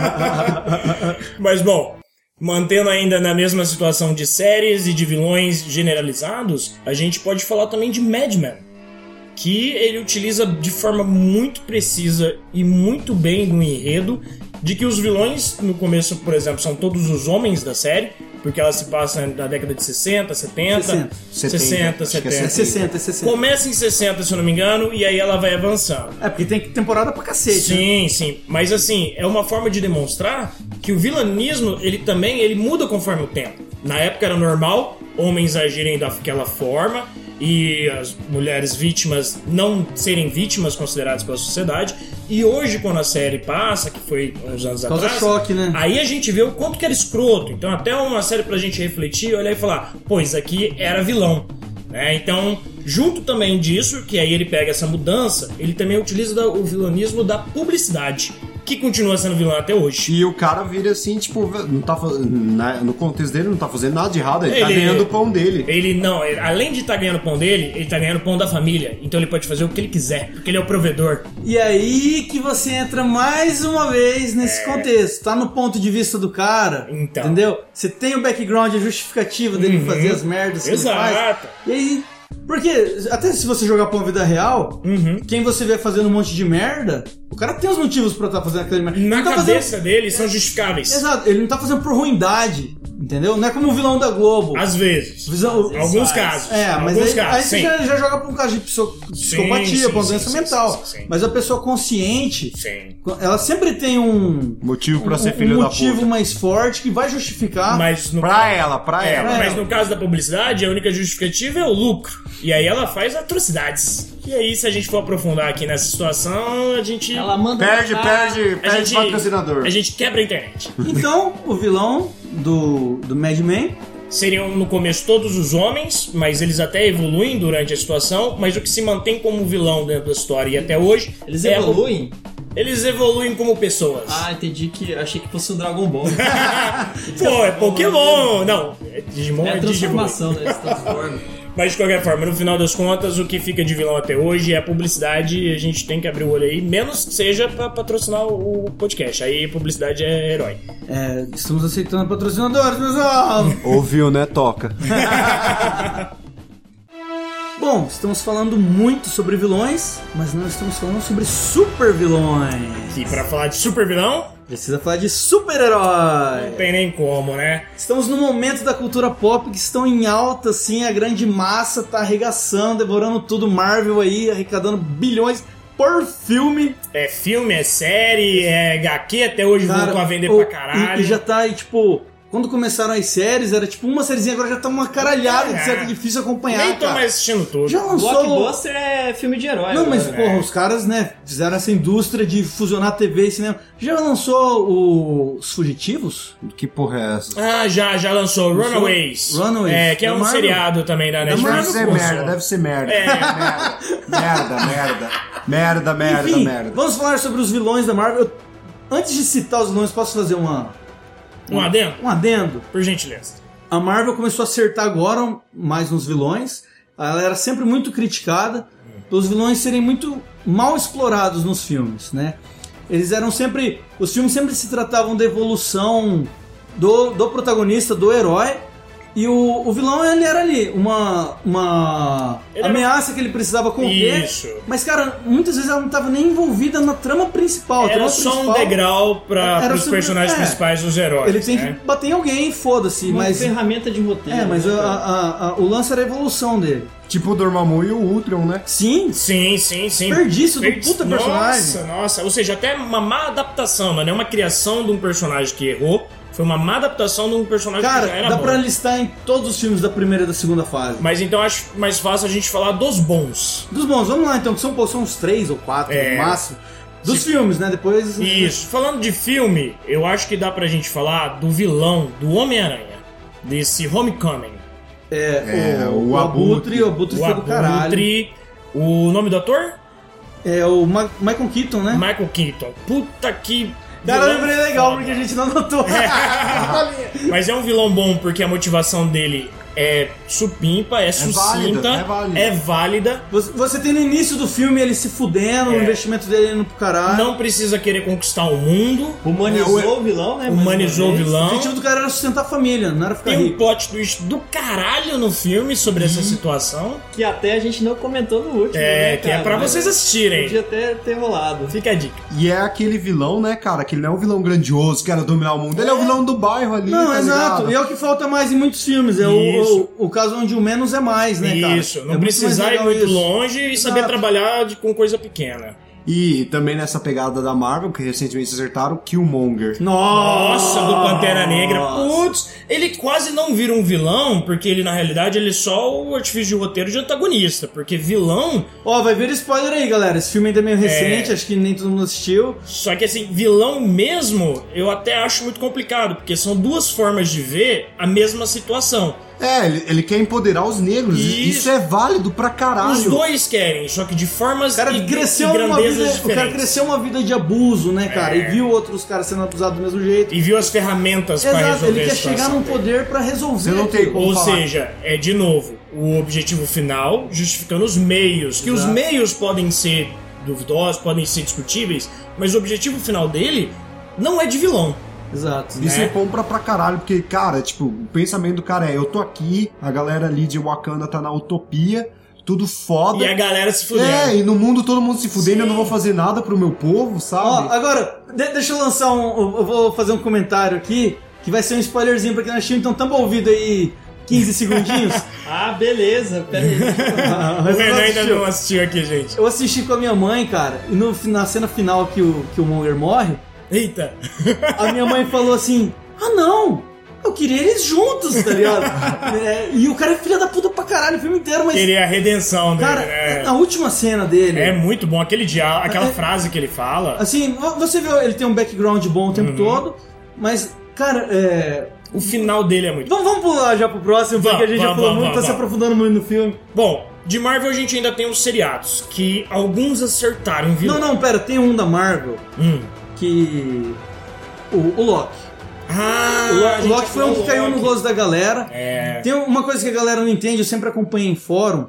S3: Mas bom, mantendo ainda na mesma situação de séries e de vilões generalizados, a gente pode falar também de Mad Men, que ele utiliza de forma muito precisa e muito bem no enredo de que os vilões no começo, por exemplo, são todos os homens da série, porque ela se passa na década de 60, 70,
S2: 60,
S3: 60,
S5: acho que é
S3: 70.
S2: É 60, é 60.
S3: Começa em 60, se eu não me engano, e aí ela vai avançando.
S2: É, porque tem temporada pra cacete. né?
S3: Sim, sim. Mas assim, é uma forma de demonstrar que o vilanismo, ele também, ele muda conforme o tempo. Na época era normal, homens agirem daquela forma e as mulheres vítimas não serem vítimas consideradas pela sociedade. E hoje, quando a série passa, que foi uns anos
S2: Causa
S3: atrás,
S2: choque, né?
S3: aí a gente vê o quanto que era escroto. Então, até uma série pra gente refletir, olhar e falar: pô, isso aqui era vilão. né? Então, junto também disso, que aí ele pega essa mudança, ele também utiliza da- o vilanismo da publicidade, que continua sendo vilão até hoje.
S5: E o cara vira assim, tipo, vé- não tá faz- na- no contexto dele não tá fazendo nada de errado, ele, tá
S3: Ele-
S5: ganhando o pão dele.
S3: Ele não, ele- além de estar ganhando o pão dele, ele tá ganhando o pão da família. Então ele pode fazer o que ele quiser, porque ele é o provedor.
S2: E aí que você entra mais uma vez nesse contexto. Tá no ponto de vista do cara.
S3: É. Então. Uhum.
S2: Entendeu? Você tem o background, a justificativa dele fazer as merdas que ele faz.
S3: Exato.
S2: E aí. Porque, até se você jogar pra uma vida real,
S3: Uhum.
S2: quem você vê fazendo um monte de merda, o cara tem os motivos pra estar fazendo aquele merda.
S3: Na
S2: Ele tá fazendo-
S3: cabeça dele são justificáveis.
S2: Exato, ele não tá fazendo por ruindade, entendeu? Não é como o vilão da Globo.
S3: Às vezes.
S2: Visão-
S3: Alguns casos.
S2: É, mas
S3: alguns
S2: aí,
S3: casos,
S2: aí você
S3: sim.
S2: já, já joga pra um caso de psico- psicopatia,
S3: sim,
S2: pra uma
S3: sim,
S2: doença
S3: sim,
S2: mental.
S3: sim, sim, sim.
S2: Mas a pessoa consciente,
S3: Sim.
S2: ela sempre tem um,
S5: Motivo pra ser
S2: um-
S5: filho
S2: um
S5: da
S2: motivo
S5: puta.
S2: mais forte que vai justificar.
S3: Mas no
S5: Pra ela, pra
S3: É,
S5: ela.
S3: mas no caso da publicidade, a única justificativa é o lucro. E aí ela faz atrocidades. E aí, se a gente for aprofundar aqui nessa situação, a gente.
S4: Ela manda.
S5: Perde,
S4: matar-
S5: perde,
S3: a
S5: perde
S3: gente,
S5: É patrocinador.
S3: a gente quebra a internet.
S2: Então, o vilão do, do Mad Men
S3: Seriam no começo todos os homens, mas eles até evoluem durante a situação. Mas o que se mantém como vilão dentro da história e até hoje.
S4: Eles
S3: é a-
S4: evoluem?
S3: Eles evoluem como pessoas.
S4: Ah, entendi que. Achei que fosse um Dragon Ball. Ah,
S3: Pô, é Pokémon! Não, é Digimon
S4: então É
S3: é, Digimon.
S4: a transformação, né? Eles transformam.
S3: Mas de qualquer forma, no final das contas, o que fica de vilão até hoje é a publicidade e a gente tem que abrir o olho aí, menos que seja pra patrocinar o podcast. Aí publicidade é herói.
S2: É, estamos aceitando patrocinadores, meus alvos.
S5: Ouviu, né? Toca.
S2: Bom, estamos falando muito sobre vilões, mas não estamos falando sobre super vilões.
S3: E pra falar de super vilão,
S2: Precisa falar de super-herói.
S3: não tem nem como, né?
S2: Estamos no momento da cultura pop que estão em alta, assim, a grande massa tá arregaçando, devorando tudo, Marvel aí, arrecadando bilhões por filme.
S3: É filme, é série, é HQ, até hoje voltou a vender
S2: o-
S3: pra caralho.
S2: E, e já tá aí, tipo, quando começaram as séries, era tipo uma sériezinha, agora já tá uma caralhada, de certo, difícil acompanhar,
S3: É. nem tô
S2: cara.
S3: mais assistindo tudo.
S2: tá Já lançou...
S4: Blockbuster é filme de herói.
S2: Não, mas,
S4: agora, né?
S2: porra, os caras, né, fizeram essa indústria de fusionar TV e cinema. Já lançou o- os Fugitivos?
S5: Que porra é essa?
S3: Ah, já, já lançou
S2: Lançou?
S3: Runaways.
S2: Runaways,
S3: É, que é
S2: da
S3: um
S2: Marvel.
S3: seriado também da Netflix.
S5: Deve ser
S3: Pô,
S5: merda,
S3: só.
S5: deve ser merda.
S3: tipo É.
S5: Merda, merda. Merda, merda,
S2: Enfim,
S5: merda.
S2: vamos falar sobre os vilões da Marvel. Eu- antes de citar os vilões, posso fazer uma,
S3: Um adendo,
S2: um adendo?
S3: por gentileza.
S2: A Marvel começou a acertar agora mais nos vilões. Ela era sempre muito criticada pelos vilões serem muito mal explorados nos filmes, né? Eles eram sempre... Os filmes sempre se tratavam da evolução do, do protagonista, do herói. E o, o vilão, ele era ali uma, uma
S3: Ele era-
S2: ameaça que ele precisava conter.
S3: Isso.
S2: Mas, cara, muitas vezes ela não estava nem envolvida na trama principal. A
S3: Era
S2: trama
S3: só um
S2: principal,
S3: degrau
S2: Era
S3: para os
S2: sobre-
S3: personagens
S2: é.
S3: principais dos heróis.
S2: Ele tem que
S3: né?
S2: bater em alguém, foda-se.
S4: Uma
S2: Mas,
S4: ferramenta de roteiro.
S2: é, mas
S4: né,
S2: a-
S4: cara?
S2: a- a- o lance era a evolução dele.
S5: Tipo o Dormammu e o Ultron, né?
S2: Sim,
S3: Sim, sim, sim.
S2: desperdício do
S3: Perdi-
S2: puta personagem.
S3: Nossa, nossa. Ou seja, até uma má adaptação, mas não é uma criação de um personagem que errou. Foi uma má adaptação de um personagem que já
S2: Cara,
S3: era
S2: dá
S3: bom.
S2: pra listar em todos os filmes da primeira e da segunda fase.
S3: Mas então acho mais fácil a gente falar dos bons.
S2: Dos bons, vamos lá então, que são, pô, são uns três ou quatro
S3: É.
S2: no máximo. Dos filmes, né? Depois.
S3: Isso. Falando de filme, eu acho que dá pra gente falar do vilão, do Homem-Aranha. Desse Homecoming.
S2: É,
S5: É,
S2: o,
S5: o
S2: o Abutre, o Abutre
S3: O
S2: foi do caralho.
S3: Abutre. O nome do ator?
S2: É o Ma- Michael Keaton, né?
S3: Michael Keaton. Puta que...
S2: Cara, eu
S3: vilão
S2: lembrei legal
S3: foda.
S2: porque a gente não notou.
S3: Mas é um vilão bom porque a motivação dele é supimpa, é sucinta,
S5: válida, é válida.
S3: é válida,
S2: Você, você tem no início do filme ele se fudendo, o investimento dele indo pro caralho.
S3: É. não precisa querer conquistar o mundo,
S4: Humanizou o vilão, né? mais
S3: é, humanizou
S4: uma
S3: o
S4: vez.
S2: O
S3: vilão.
S2: objetivo é do cara era sustentar a família, não era ficar
S3: Tem um
S2: rico.
S3: plot twist do caralho no filme sobre
S2: Uhum.
S3: essa situação.
S4: Que até a gente não comentou no último.
S3: É,
S4: né,
S3: que é
S4: cara?
S3: pra
S4: Mas
S3: vocês assistirem.
S4: Podia até ter rolado.
S3: Fica a dica.
S5: E é aquele vilão, né, cara? Que ele não é um vilão grandioso que era dominar o mundo. Ele é o vilão do bairro ali.
S2: Não,
S5: tá
S2: exato.
S5: ligado?
S2: E é o que falta mais em muitos filmes. É o,
S3: Isso.
S2: o, o caso onde o menos é mais, né, cara?
S3: Isso,
S2: É
S3: não
S2: muito mais
S3: precisar ir
S2: legal
S3: muito
S2: isso.
S3: longe e saber
S2: Exato.
S3: trabalhar de- com coisa pequena.
S5: E também nessa pegada da Marvel, que recentemente acertaram, Killmonger.
S3: Nossa, do Pantera Negra. Putz, ele quase não vira um vilão, porque ele, na realidade, ele é só o artifício de roteiro de antagonista. Porque vilão
S2: Ó, vai vir spoiler aí, galera. Esse filme ainda é meio recente, acho que nem todo mundo assistiu.
S3: Só que assim, vilão mesmo, eu até acho muito complicado, porque são duas formas de ver a mesma situação.
S5: É, ele, ele quer empoderar os negros. e
S3: Isso.
S5: Isso é válido pra caralho.
S3: Os dois querem, só que de formas
S2: O cara
S3: e,
S2: cresceu
S3: e
S2: numa vida,
S3: grandezas
S2: o cara
S3: diferentes.
S2: cresceu uma vida de abuso, né, cara?
S3: É.
S2: E viu outros caras sendo abusados do mesmo jeito.
S3: E viu as ferramentas para
S2: Exato,
S3: resolver
S2: ele
S3: a
S2: quer
S3: situação
S2: chegar num
S3: dele.
S2: poder pra resolver.
S5: Você não tem
S2: aquilo.
S5: como
S3: Ou
S5: falar.
S3: seja, é de novo o objetivo final justificando os meios, que os meios podem ser duvidosos, podem ser discutíveis, mas o objetivo final dele não é de vilão.
S2: Exato.
S5: Isso
S3: né?
S5: é compra pra caralho, porque, cara, tipo, o pensamento do cara é: eu tô aqui, a galera ali de Wakanda tá na utopia, tudo foda.
S3: E a galera se fudendo.
S5: É, e no mundo todo mundo se fudendo, eu não vou fazer nada pro meu povo,
S2: Ó,
S5: sabe?
S2: agora, de- deixa eu lançar um. Eu eu vou fazer um comentário aqui, que vai ser um spoilerzinho pra quem não assistiu, então tampa o ouvido aí 15 segundinhos.
S4: Ah, beleza, pera aí.
S2: Ah,
S3: o
S2: mas eu
S3: Renan
S2: não
S3: ainda
S2: assistiu.
S3: não assistiu aqui, gente.
S2: Eu assisti com a minha mãe, cara, e no, na cena final que o, que o Monger morre,
S3: Eita!
S2: a minha mãe falou assim: Ah, não! Eu queria eles juntos, tá ligado? É, e o cara é filha da puta pra caralho o filme inteiro, mas.
S3: Queria a redenção dele.
S2: Cara,
S3: né?
S2: na última cena dele.
S3: É muito bom aquele diálogo, aquela
S2: É.
S3: frase que ele fala.
S2: Assim, vo- você vê, ele tem um background bom o
S3: Uhum.
S2: tempo todo, mas, cara, é.
S3: O final dele é muito bom.
S2: Vamos, vamos pular já pro próximo,
S3: Vamos,
S2: porque a gente já
S3: vamos,
S2: falou
S3: vamos,
S2: muito, tá se
S3: vamos.
S2: aprofundando muito no filme.
S3: Bom, de Marvel a gente ainda tem os seriados, que alguns acertaram, viu?
S2: Não, não, pera, tem um da Marvel
S3: Hum.
S2: que. O, o Loki.
S3: Ah,
S2: O, Lo-
S3: a
S2: o
S3: gente
S2: Loki foi um que
S3: falou
S2: caiu no
S3: Loki.
S2: gosto da galera.
S3: É.
S2: Tem uma coisa que a galera não entende, eu sempre acompanhei em fórum.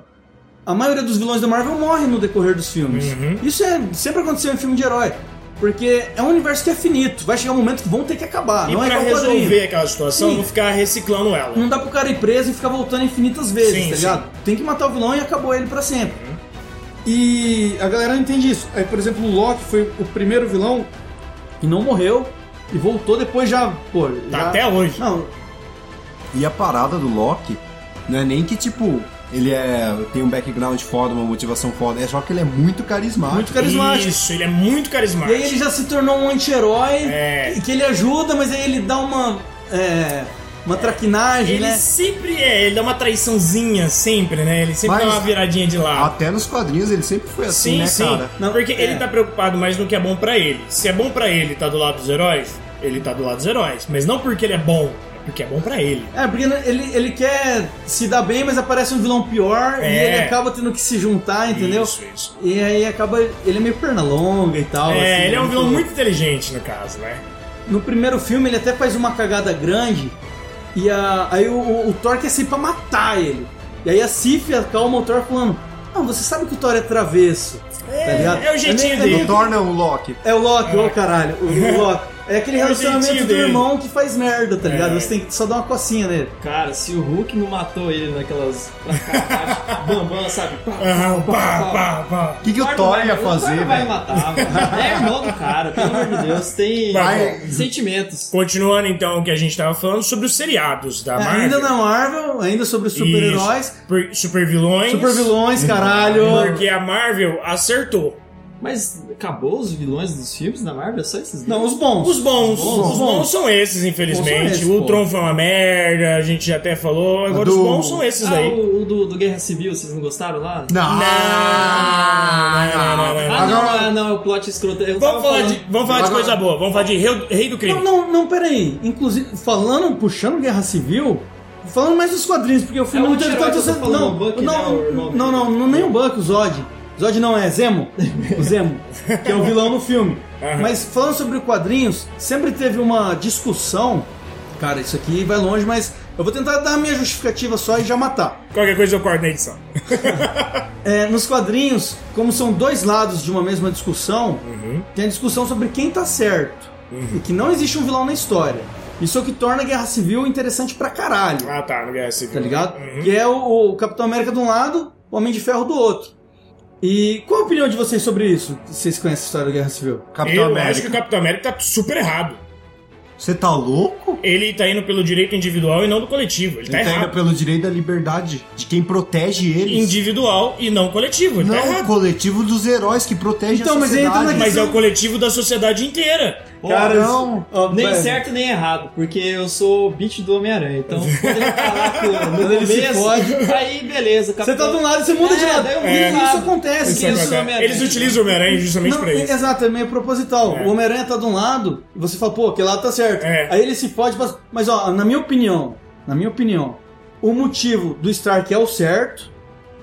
S2: A maioria dos vilões da Marvel morre no decorrer dos filmes.
S3: Uhum.
S2: Isso é sempre aconteceu em filme de herói. Porque é um universo que é finito. Vai chegar um momento que vão ter que acabar.
S3: E
S2: não é
S3: pra
S2: igual
S3: resolver
S2: quadrinho.
S3: aquela situação,
S2: Sim. Hum,
S3: não ficar reciclando ela.
S2: Não Um dá pro cara ir preso e ficar voltando infinitas vezes,
S3: Sim,
S2: tá
S3: sim. Uhum.
S2: ligado? Tem que matar o vilão e acabou ele pra sempre. E a galera não entende isso. Aí, por exemplo, o Loki foi o primeiro vilão que não morreu e voltou depois já, pô,
S3: Tá
S2: já-
S3: até hoje.
S2: Não,
S5: E a parada do Loki não é nem que, tipo, ele é. tem um background foda, uma motivação foda, é só que ele é muito carismático.
S2: muito carismático.
S3: Isso, ele é
S2: E
S3: muito carismático.
S2: aí ele já se tornou um anti-herói
S3: É.
S2: que- que ele ajuda, mas aí ele dá uma é, uma traquinagem,
S3: Ele
S2: né?
S3: sempre é, ele dá uma traiçãozinha sempre, né? Ele sempre
S5: Mas-
S3: dá uma viradinha de lado.
S5: Até nos quadrinhos ele sempre foi assim,
S3: Sim,
S5: né,
S3: sim.
S5: cara?
S2: Não,
S3: Porque
S2: é.
S3: ele tá preocupado mais no que é bom pra ele. Se é bom pra ele tá do lado dos heróis, ele tá do lado dos heróis. Mas não porque ele é bom, é porque é bom pra ele.
S2: É, porque ele, ele quer se dar bem, mas aparece um vilão pior e
S3: É.
S2: ele acaba tendo que se juntar, Ah, entendeu?
S3: Isso, isso.
S2: E aí acaba. Ele é meio perna longa e tal.
S3: É,
S2: assim,
S3: ele é um
S2: muito-
S3: vilão muito inteligente, no caso, né?
S2: No primeiro filme ele até faz uma cagada grande. E a- aí o, o, o Thor quer sair pra matar ele. E aí a Sif acalma o Thor falando: Não, você sabe que o Thor é travesso. tá ligado?
S3: é o jeitinho
S2: nem-
S3: dele.
S5: Não torna o Loki.
S2: É o Loki, ô caralho, o, o Loki. É aquele
S3: É o
S2: relacionamento
S3: jeitinho
S2: do
S3: dele.
S2: irmão que faz merda, tá ligado?
S3: É.
S2: Você tem que só dar uma cocinha nele.
S4: Cara, se o Hulk não matou ele naquelas. Bambam, sabe? Pá,
S3: Aham, pá, pá,
S5: O
S3: pá.
S5: que, que o
S4: não
S5: Thor
S4: vai-
S5: ia
S4: O
S5: fazer,
S4: Thor vai
S5: velho?
S4: matar, mano. É irmão do cara, pelo amor de Deus. Tem
S3: Vai.
S4: sentimentos.
S3: Continuando então o que a gente tava falando sobre os seriados da Marvel.
S2: É, Ainda na Marvel, ainda sobre os super-heróis.
S3: Isso. Por- Supervilões.
S2: Super-vilões, caralho.
S3: Porque a Marvel acertou.
S4: Mas acabou os vilões dos filmes da Marvel? É só esses
S2: Não,
S4: dois?
S2: os bons.
S3: Os bons, os
S2: bons.
S3: bons, são esses,
S2: Os bons
S3: infelizmente.
S2: são esses,
S3: o
S2: pô.
S3: Tron foi uma merda, a gente já até falou. Agora
S5: Do-
S3: os bons são esses
S4: Ah,
S3: aí.
S4: o, o do, do Guerra Civil, vocês não gostaram lá?
S5: Não.
S3: não, não, não, não.
S4: Ah, não,
S5: Agora-
S4: ah, não, é o plot escroto. Eu tava
S3: Vamos falar,
S4: falando-
S3: de, vamos falar de
S5: Agora-
S3: coisa boa, vamos falar de Rei, Rei do Crime.
S2: Não, não, não, peraí. Inclusive, falando, puxando Guerra Civil, falando mais dos quadrinhos, porque o filme
S4: É o
S2: não teve
S4: anti-herói
S2: tanto.
S4: que eu tô falando,
S2: Não,
S4: o Buck,
S2: não,
S4: né, o irmão
S2: não, não, não, nem o Buck, o Zod. Zod não, é Zemo. O Zemo, que é o vilão no filme.
S3: Aham.
S2: Mas falando sobre quadrinhos, sempre teve uma discussão. Cara, isso aqui vai longe, mas eu vou tentar dar a minha justificativa só e já matar.
S3: Qualquer coisa eu corto na edição.
S2: É, nos quadrinhos, como são dois lados de uma mesma discussão, tem a discussão sobre quem tá certo. E que não existe um vilão na história. Isso é o que torna a Guerra Civil interessante pra caralho.
S3: Ah tá, não é civil.
S2: Tá ligado? Que é o, o Capitão América de um lado, o Homem de Ferro do outro. E qual a opinião de vocês
S3: Tá
S2: sobre isso? Vocês conhecem a história da Guerra Civil?
S5: Capitão
S3: Eu acho que
S5: América.
S3: o Capitão América tá super errado.
S5: Você tá louco?
S3: Ele tá indo pelo direito individual e não do coletivo. Ele tá
S5: Ele tá indo
S3: errado.
S5: pelo direito da liberdade de quem protege eles.
S3: Individual e não coletivo. Ele
S5: Não,
S3: tá errado.
S5: o coletivo dos heróis que protege
S2: Então,
S5: a
S2: mas aí entra
S5: sociedade.
S2: na
S3: Mas é o coletivo da sociedade inteira.
S5: Cara, não.
S2: ó,
S4: Nem
S2: velho,
S4: certo nem errado, porque eu sou o bitch do Homem-Aranha. Então, quando ele falar que no
S2: Ele se
S4: começo,
S2: fode.
S4: aí beleza.
S2: Você tá de um lado e você muda de
S4: É,
S2: lado.
S4: daí eu
S2: E
S4: mudo.
S2: Isso acontece.
S4: Isso
S2: cara.
S4: acontece. Homem-Aranha.
S3: é? Eles utilizam o Homem-Aranha justamente
S2: Não,
S3: pra isso.
S2: exato, é meio proposital. O Homem-Aranha tá de um lado, e você fala, pô, aquele lado tá certo.
S3: É.
S2: Aí ele se pode. Mas ó, na minha opinião, na minha opinião, o motivo do Stark é o certo,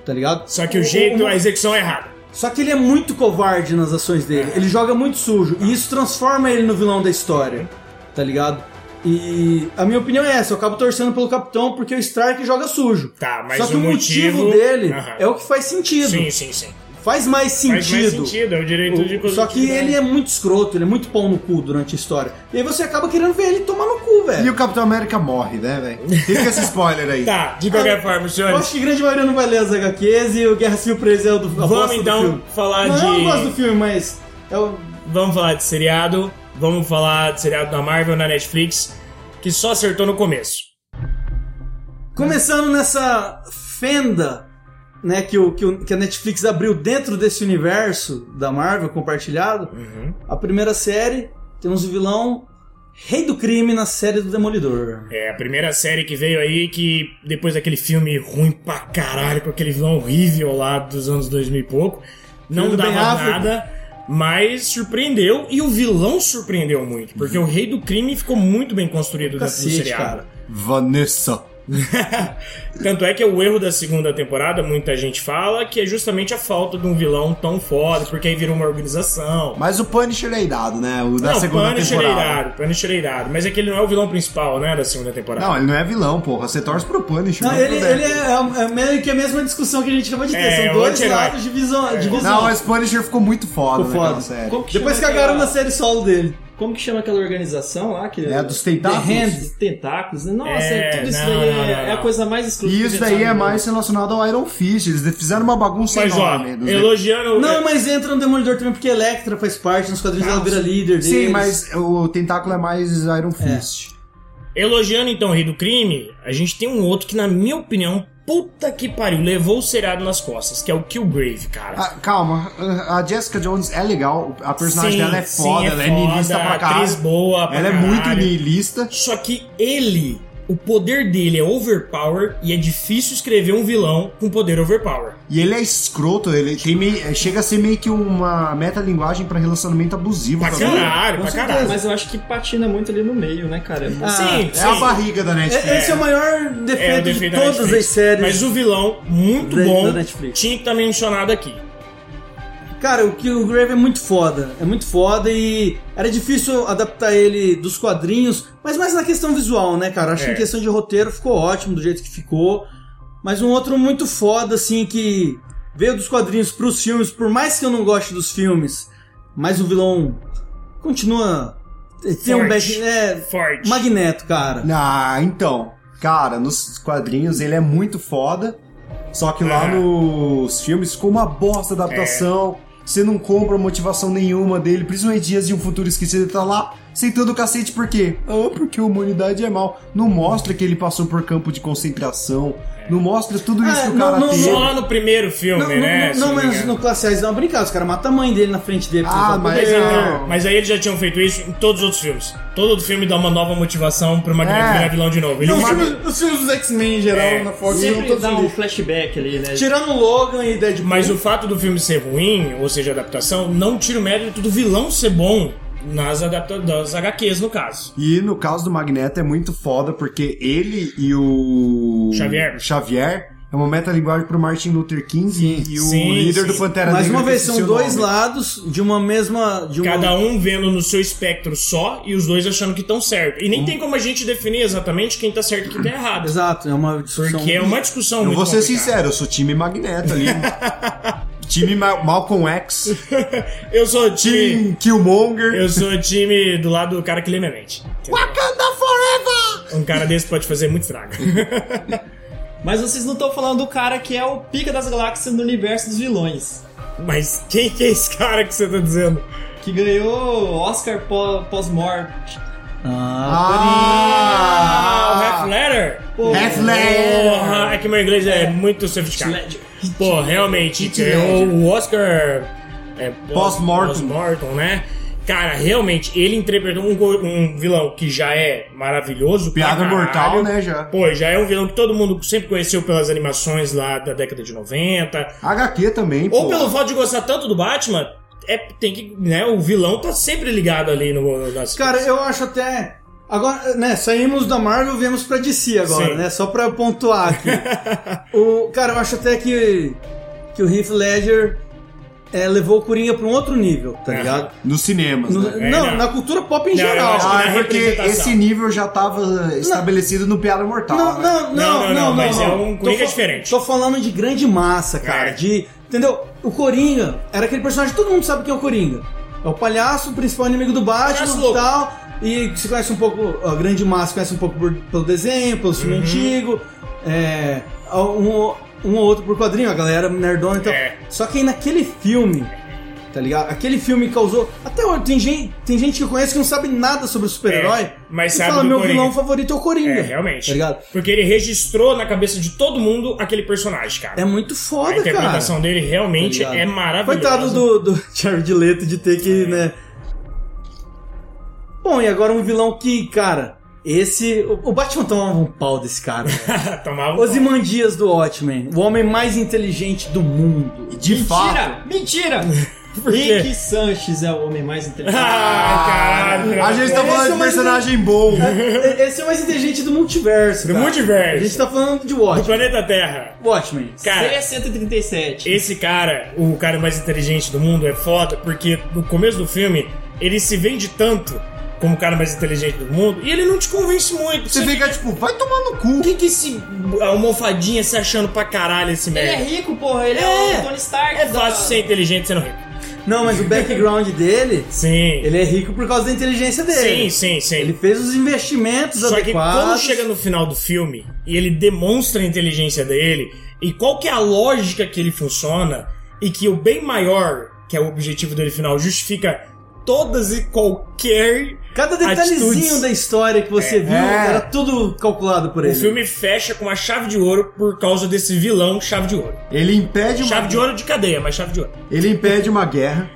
S2: tá ligado?
S3: Só que o jeito, a execução é errada.
S2: Só que ele é muito covarde nas ações dele.
S3: É.
S2: Ele joga muito sujo. E isso transforma ele no vilão da história. Tá ligado? E a minha opinião é essa, eu acabo torcendo pelo capitão porque o Stark joga sujo.
S3: Tá, mas
S2: Só que
S3: o
S2: o motivo,
S3: motivo-
S2: dele
S3: Aham.
S2: é o que faz sentido.
S3: Sim, sim, sim.
S2: Faz mais
S3: Faz mais
S2: sentido.
S3: sentido, é o direito de
S2: O- Só que ele é muito escroto, ele é muito pão no cu durante a história. E aí você acaba querendo ver ele tomar no cu,
S5: E
S2: velho.
S5: o Capitão América morre, né, velho? Fica esse spoiler aí.
S3: Tá, de qualquer forma,
S2: é- Eu
S3: senhores.
S2: acho que a grande maioria não vai ler as HQs e o Guerra Civil Presa é o do a bosta
S3: Vamos
S2: do
S3: então
S2: filme.
S3: falar
S2: Não, eu não gosto do
S3: de.
S2: filme, mas. É o...
S3: Vamos falar de seriado. Vamos falar de seriado da Marvel na Netflix, que só acertou no começo.
S2: Começando nessa fenda né, que, o, que, o- que a Netflix abriu dentro desse universo da Marvel compartilhado,
S3: Uhum.
S2: a primeira série temos o vilão Rei do Crime na série do Demolidor.
S3: É a primeira série que veio aí que, depois daquele filme ruim pra caralho, com aquele vilão horrível lá dos anos 2000 e pouco, não
S2: Filme do
S3: dava
S2: Ben Affleck.
S3: nada, mas surpreendeu e o vilão surpreendeu muito, porque o Rei do Crime ficou muito bem construído dentro do
S2: Cacete,
S3: seriado.
S2: cara.
S5: Vanessa.
S3: Tanto é que o erro da segunda temporada, muita gente fala, que é justamente a falta de um vilão tão foda, porque aí virou uma organização.
S5: Mas o Punisher é irado, né? O da
S3: não,
S5: segunda
S3: Punisher é
S5: temporada.
S3: irado, Punisher é irado, mas é que ele não é o vilão principal, né, da segunda temporada.
S5: Não, ele não é vilão, porra. Você torce pro Punisher.
S2: Não,
S5: não
S2: ele,
S5: pro
S2: ele
S5: Deadpool.
S2: é, é meio que a mesma discussão que a gente acabou de ter.
S3: É, é
S2: São
S3: um
S2: dois
S3: anti-herói.
S2: lados de visão. de visão.
S5: Não, mas Punisher ficou muito foda
S2: Ficou foda.
S5: naquela série.
S4: Como que
S2: Depois
S4: chama
S2: cagaram na
S4: aquela-
S2: série solo dele.
S4: Como que chama aquela organização lá? Que...
S5: É, dos tentáculos.
S4: The Hand, dos tentáculos. né? Nossa,
S3: É,
S4: tudo isso
S3: não,
S4: daí
S3: não,
S4: é,
S3: não,
S4: é a
S3: não.
S4: coisa mais escrota.
S5: E
S4: que
S5: isso
S4: já
S5: daí
S4: sabe,
S5: é
S4: né?
S5: mais relacionado ao Iron Fist. Eles fizeram uma bagunça
S3: Mas ó,
S5: enorme. dos-
S3: elogiando.
S2: Não, mas entra no Demolidor também, porque Electra faz parte, nos quadrinhos ela vira líder
S5: Sim,
S2: deles.
S5: mas o tentáculo é mais Iron Fist.
S3: É. Elogiando então o Rei do Crime, a gente tem um outro que, na minha opinião, puta que pariu, levou o seriado nas costas, que é o Killgrave, cara.
S5: Ah, calma, a Jessica Jones é legal. A personagem
S3: Sim,
S5: dela é
S3: sim,
S5: foda,
S3: é
S5: ela é
S3: foda,
S5: niilista pra caralho.
S3: atriz boa pra
S5: ela é
S3: caralho.
S5: muito niilista.
S3: Só que ele, o poder dele é overpower e é difícil escrever um vilão com poder overpower.
S5: E ele é escroto, ele tem meio- é, chega a ser meio que uma metalinguagem pra relacionamento abusivo
S3: Pra
S5: também.
S3: caralho, pra caralho.
S4: Mas eu acho que patina muito ali no meio, né, cara?
S2: Ah,
S3: sim,
S5: É a
S3: sim.
S5: barriga da Netflix.
S2: É- Esse é o maior
S3: É, o
S2: defeito de
S3: defeito da
S2: todas
S3: Netflix.
S2: as séries.
S3: Mas o vilão, muito
S2: da-
S3: bom,
S2: da Netflix.
S3: tinha que estar mencionado aqui.
S2: Cara, o Killgrave é muito foda. É muito foda e era difícil adaptar ele dos quadrinhos, mas mais na questão visual, né, cara? Acho que
S3: É.
S2: em questão de roteiro ficou ótimo do jeito que ficou. Mas um outro muito foda, assim, que veio dos quadrinhos pros filmes, por mais que eu não goste dos filmes, mas o vilão continua. Tem um
S3: Forte.
S2: back. É.
S3: Forte.
S2: Magneto, cara.
S5: Ah, então. Cara, nos quadrinhos ele é muito foda. Só que lá
S3: É.
S5: nos filmes ficou uma bosta a adaptação.
S2: É.
S5: Você não compra motivação nenhuma dele, principalmente Dias de um Futuro Esquecido, ele tá lá sentando o cacete por quê? Ah, porque a humanidade é mal. Não mostra que ele passou por campo de concentração, não mostra tudo isso
S2: Ah,
S5: que o cara
S2: não- não-
S5: teve.
S3: Só lá no primeiro filme,
S2: Não, não,
S3: né?
S2: não,
S3: se
S2: não,
S3: me
S2: mas
S3: engano.
S2: no Classe A eles dão uma brincada. Os caras matam a mãe dele na frente dele. pra
S5: Ah,
S2: tentar
S5: mas
S3: Mas,
S5: É.
S3: então, mas aí eles já tinham feito isso em todos os outros filmes. Todo outro filme dá uma nova motivação pro Magneto
S5: É.
S3: virar vilão de novo. Ele
S2: Não,
S3: vira-
S2: filmes- os filmes dos X-Men em geral,
S3: É.
S2: na Fox, são
S4: Sempre
S2: todos
S4: dá um
S2: lixo.
S4: flashback ali, né?
S2: Tirando o Logan e Deadpool.
S3: Mas o fato do filme ser ruim, ou seja, a adaptação, não tira o mérito do vilão ser bom nas adapta das HQs, no caso.
S5: E no caso do Magneto é muito foda, porque ele e o.
S3: Xavier.
S5: Xavier é uma metalinguagem pro Martin Luther King e o
S3: Sim,
S5: líder
S3: sim.
S5: do Pantera
S2: Mais
S5: Negra.
S2: uma
S5: que eu
S2: vez,
S5: esqueci
S2: são
S5: o
S2: dois
S5: nome.
S2: lados de uma mesma. De uma...
S3: Cada um vendo no seu espectro só e os dois achando que estão certo.
S2: Hum.
S3: E nem tem como a gente definir exatamente quem tá certo e quem tá errado.
S2: Exato, é uma discussão.
S3: Porque é uma discussão
S5: Eu
S3: muito
S5: vou ser
S3: complicada.
S5: sincero, eu sou time Magneto ali. time Ma Malcolm X,
S3: Eu sou time.
S5: time Killmonger.
S3: Eu sou time do lado do cara que lê minha mente.
S5: Wakanda Forever!
S3: Um cara desse pode fazer muito estrago.
S4: Mas vocês não estão falando do cara que é o pica das galáxias no universo dos vilões.
S3: Mas quem que é esse cara que você tá dizendo?
S4: Que ganhou Oscar pó- pós-morte.
S3: Ah, o
S5: Ah!
S3: Half Letter?
S5: Half Ledger.
S3: Porra, é que meu inglês é muito sofisticado.
S4: Ledger.
S3: Pô, realmente,
S5: Heath
S3: ganhou
S5: Ledger.
S3: o Oscar é, pós-
S5: Pós-mortem.
S3: pós-mortem, né? Cara, realmente, ele interpretou um, go- um vilão que já é maravilhoso. pra
S5: Piada
S3: caralho.
S5: mortal, né, já.
S3: Pô, já é um vilão que todo mundo sempre conheceu pelas animações lá da década de 90.
S5: HQ também,
S3: Ou
S5: pô.
S3: pelo fato de gostar tanto do Batman, é, tem que, né, o vilão tá sempre ligado ali no, nas
S2: Cara, eu acho até. Agora, né, saímos da Marvel, viemos pra DC agora,
S3: Sim.
S2: né? Só pra pontuar aqui. o, cara, eu acho até que, que o Heath Ledger é, levou o Coringa pra um outro nível, tá
S3: É.
S2: ligado?
S5: Nos cinemas,
S2: No-
S5: né?
S3: É,
S2: não,
S3: não.
S2: na cultura pop em
S3: Não, eu
S2: geral. né?
S3: acho que
S5: Ah,
S3: na
S5: é porque
S3: representação.
S5: esse nível já tava eh, estabelecido no Piada Mortal.
S2: Não,
S5: né?
S2: não, não, não, não, não,
S3: mas é um
S2: Tô
S3: Coringa
S2: fa-
S3: diferente.
S2: Tô falando de grande massa, cara.
S3: É.
S2: De, entendeu? O Coringa era aquele personagem que todo mundo sabe que é o Coringa. É o palhaço, o principal inimigo do
S3: Palhaço
S2: Batman
S3: louco.
S2: e tal. E se conhece um pouco, a grande massa conhece um pouco por- pelo desenho, pelo
S3: Uhum.
S2: filme antigo. É, um, um ou outro por quadrinho, a galera nerdona e tal.
S3: É.
S2: Só que aí naquele filme, tá ligado? Aquele filme causou. Até hoje, tem gente, tem gente que eu conheço que não sabe nada sobre o super-herói.
S3: É, mas
S2: e
S3: sabe
S2: fala,
S3: do
S2: meu
S3: Coringa."
S2: vilão favorito é o Coringa.
S3: É, realmente.
S2: Tá ligado?
S3: Porque ele registrou na cabeça de todo mundo aquele personagem, cara.
S2: É muito
S3: a
S2: foda, cara.
S3: interpretação dele realmente
S2: Tá ligado?
S3: é maravilhosa.
S2: Coitado do, do Jared Leto de ter que, né? Bom, e agora um vilão que, cara, esse. O, o Batman tomava um pau desse cara. né?
S3: Tomava
S2: Ozymandias do Watchmen, o homem mais inteligente do mundo.
S5: De fato.
S4: Mentira! Mentira!
S3: quê?
S4: Rick Sanches é o homem mais inteligente.
S3: Ah, caralho.
S5: A gente tá
S2: Esse
S5: falando
S2: é
S5: de
S2: o mais-
S5: personagem bom. né?
S2: E- Esse é o mais inteligente do multiverso.
S3: Do
S2: cara.
S3: multiverso.
S2: A gente tá falando de
S3: do
S2: Watchmen.
S3: planeta Terra.
S2: Watchmen.
S3: Cara,
S4: Ele é 137.
S3: Esse cara, o cara mais inteligente do mundo, é foda, porque no começo do filme ele se vende tanto como o cara mais inteligente do mundo e ele não te convence muito.
S5: Você fica tipo, vai tomar no cu.
S3: O que que esse almofadinha se achando pra caralho esse
S4: Ele é
S3: merda?
S4: rico, porra. Ele é,
S3: É.
S4: o Tony Stark.
S3: É
S4: da-
S3: fácil ser inteligente sendo rico.
S2: Não, mas o background dele,
S3: Sim.
S2: ele é rico por causa da inteligência
S3: Sim,
S2: dele.
S3: sim, sim.
S2: é Ele fez os investimentos
S3: Só que
S2: adequados.
S3: quando chega no final do filme e ele demonstra a inteligência dele e qual que é a lógica que ele funciona e que o bem maior, que é o objetivo dele final, justifica todas e qualquer
S2: Cada detalhezinho
S3: Atitudes.
S2: da história que você viu
S5: É.
S2: era tudo calculado por ele.
S3: O filme fecha com uma chave de ouro por causa desse vilão chave de ouro.
S5: Ele impede uma,
S3: Chave de ouro de cadeia, mas chave de ouro.
S5: ele impede uma guerra.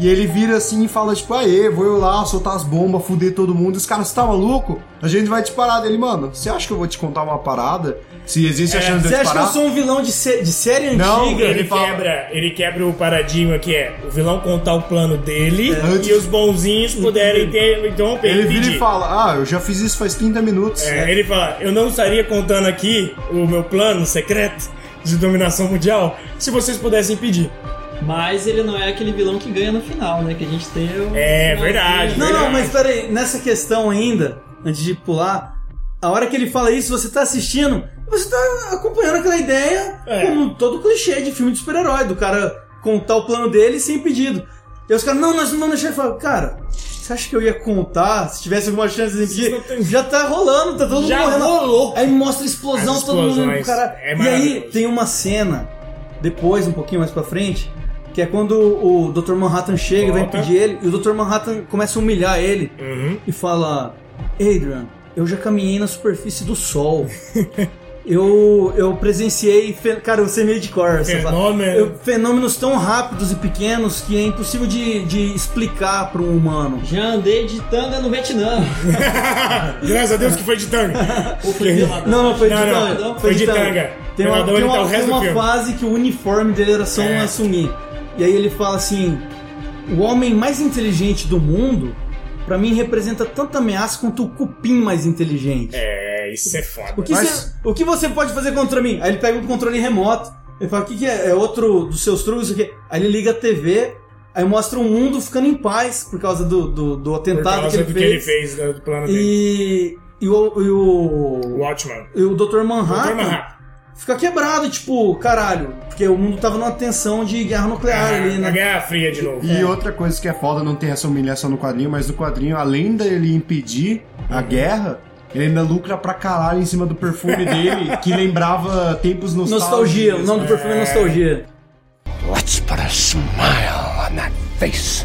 S5: E ele vira assim e fala, tipo, aê, vou eu lá soltar as bombas, fuder todo mundo. Os caras, você tá maluco? A gente vai te parar dele, mano. Você acha que eu vou te contar uma parada? Se existe a chance de
S2: Você
S5: eu te
S2: acha que
S5: parar?
S2: eu sou um vilão de, sé- de série
S5: Não,
S2: antiga?
S5: ele
S3: Ele,
S5: fala-
S3: quebra, ele quebra o paradigma que é o vilão contar o plano dele
S5: Antes-
S3: e os bonzinhos puderem ter, interromper.
S5: Ele vira e
S3: impedir.
S5: fala, ah, eu já fiz isso faz 30 minutos.
S3: É, ele fala, eu não estaria contando aqui o meu plano secreto de dominação mundial se vocês pudessem impedir.
S4: Mas ele não é aquele vilão que ganha no final, né? Que a gente tem o.
S3: É, verdade.
S2: Não,
S3: Verdade.
S2: não, mas peraí, nessa questão ainda, antes de pular, a hora que ele fala isso, você tá assistindo, você tá acompanhando aquela ideia
S3: É.
S2: como todo clichê de filme de super-herói, do cara contar o plano dele sem pedido. E os caras, não, nós não vamos deixar ele falar, cara. Você acha que eu ia contar se tivesse alguma chance de impedir?
S3: não tem-
S2: Já tá rolando, tá todo mundo
S3: Já
S2: morrendo.
S3: rolou.
S2: Aí mostra a explosão,
S3: As
S2: todo mundo indo pro
S3: explosões.
S2: cara.
S3: É
S2: e aí
S3: maravilhoso.
S2: tem uma cena, depois, um pouquinho mais pra frente, que é quando o Dr. Manhattan chega e vai
S3: Volta.
S2: impedir ele, e o Dr. Manhattan começa a humilhar ele
S3: Uhum.
S2: e fala: Adrian, eu já caminhei na superfície do sol. Eu, eu presenciei. fe- Cara, você é meio de cor. essa fala.
S3: Fenômeno.
S2: Eu- fenômenos tão rápidos e pequenos que é impossível de, de explicar para um humano.
S4: Já andei de tanga no Vietnã.
S3: Graças a Deus que foi de tanga.
S4: Ou foi pelado.
S2: Não, não, foi de
S3: Não, não,
S2: tanga.
S3: foi de tanga.
S2: Tem
S3: Ela
S2: uma,
S3: deu
S2: tem
S3: ele
S2: uma,
S3: tá o resto
S2: tem
S3: do
S2: uma
S3: filme.
S2: fase que o uniforme dele era só
S3: É.
S2: um assumir. E aí ele fala assim: o homem mais inteligente do mundo, pra mim, representa tanta ameaça quanto o cupim mais inteligente.
S3: É, isso é
S2: O
S3: foda.
S2: que,
S5: Mas-
S2: cê- o que você pode fazer contra mim? Aí ele pega um controle remoto. Ele fala: o que, que é? É outro dos seus truques? Aqui. Aí ele liga a TV. Aí mostra o mundo ficando em paz por causa do, do, do
S3: Por
S2: atentado
S3: causa do
S2: que
S3: que
S2: ele
S3: ele
S2: fez.
S3: fez né, do plano dele.
S2: E, e o. E o,
S3: Watchman.
S2: e o Dr.
S3: Doutor
S2: Manhattan,
S3: Manhattan.
S2: fica quebrado, tipo, caralho. Porque o mundo tava numa tensão de guerra nuclear ali,
S3: Ah, A
S2: né?
S3: Guerra Fria de novo.
S5: E outra coisa que é foda, não tem essa humilhação no quadrinho, mas no quadrinho, além dele impedir a
S2: Uhum.
S5: guerra, ele ainda lucra pra caralho em cima do perfume dele, que lembrava tempos
S2: Nostalgia, o
S5: nostálgicos.
S3: né?
S2: nome do perfume é Nostalgia.
S9: Let's put a smile on that face.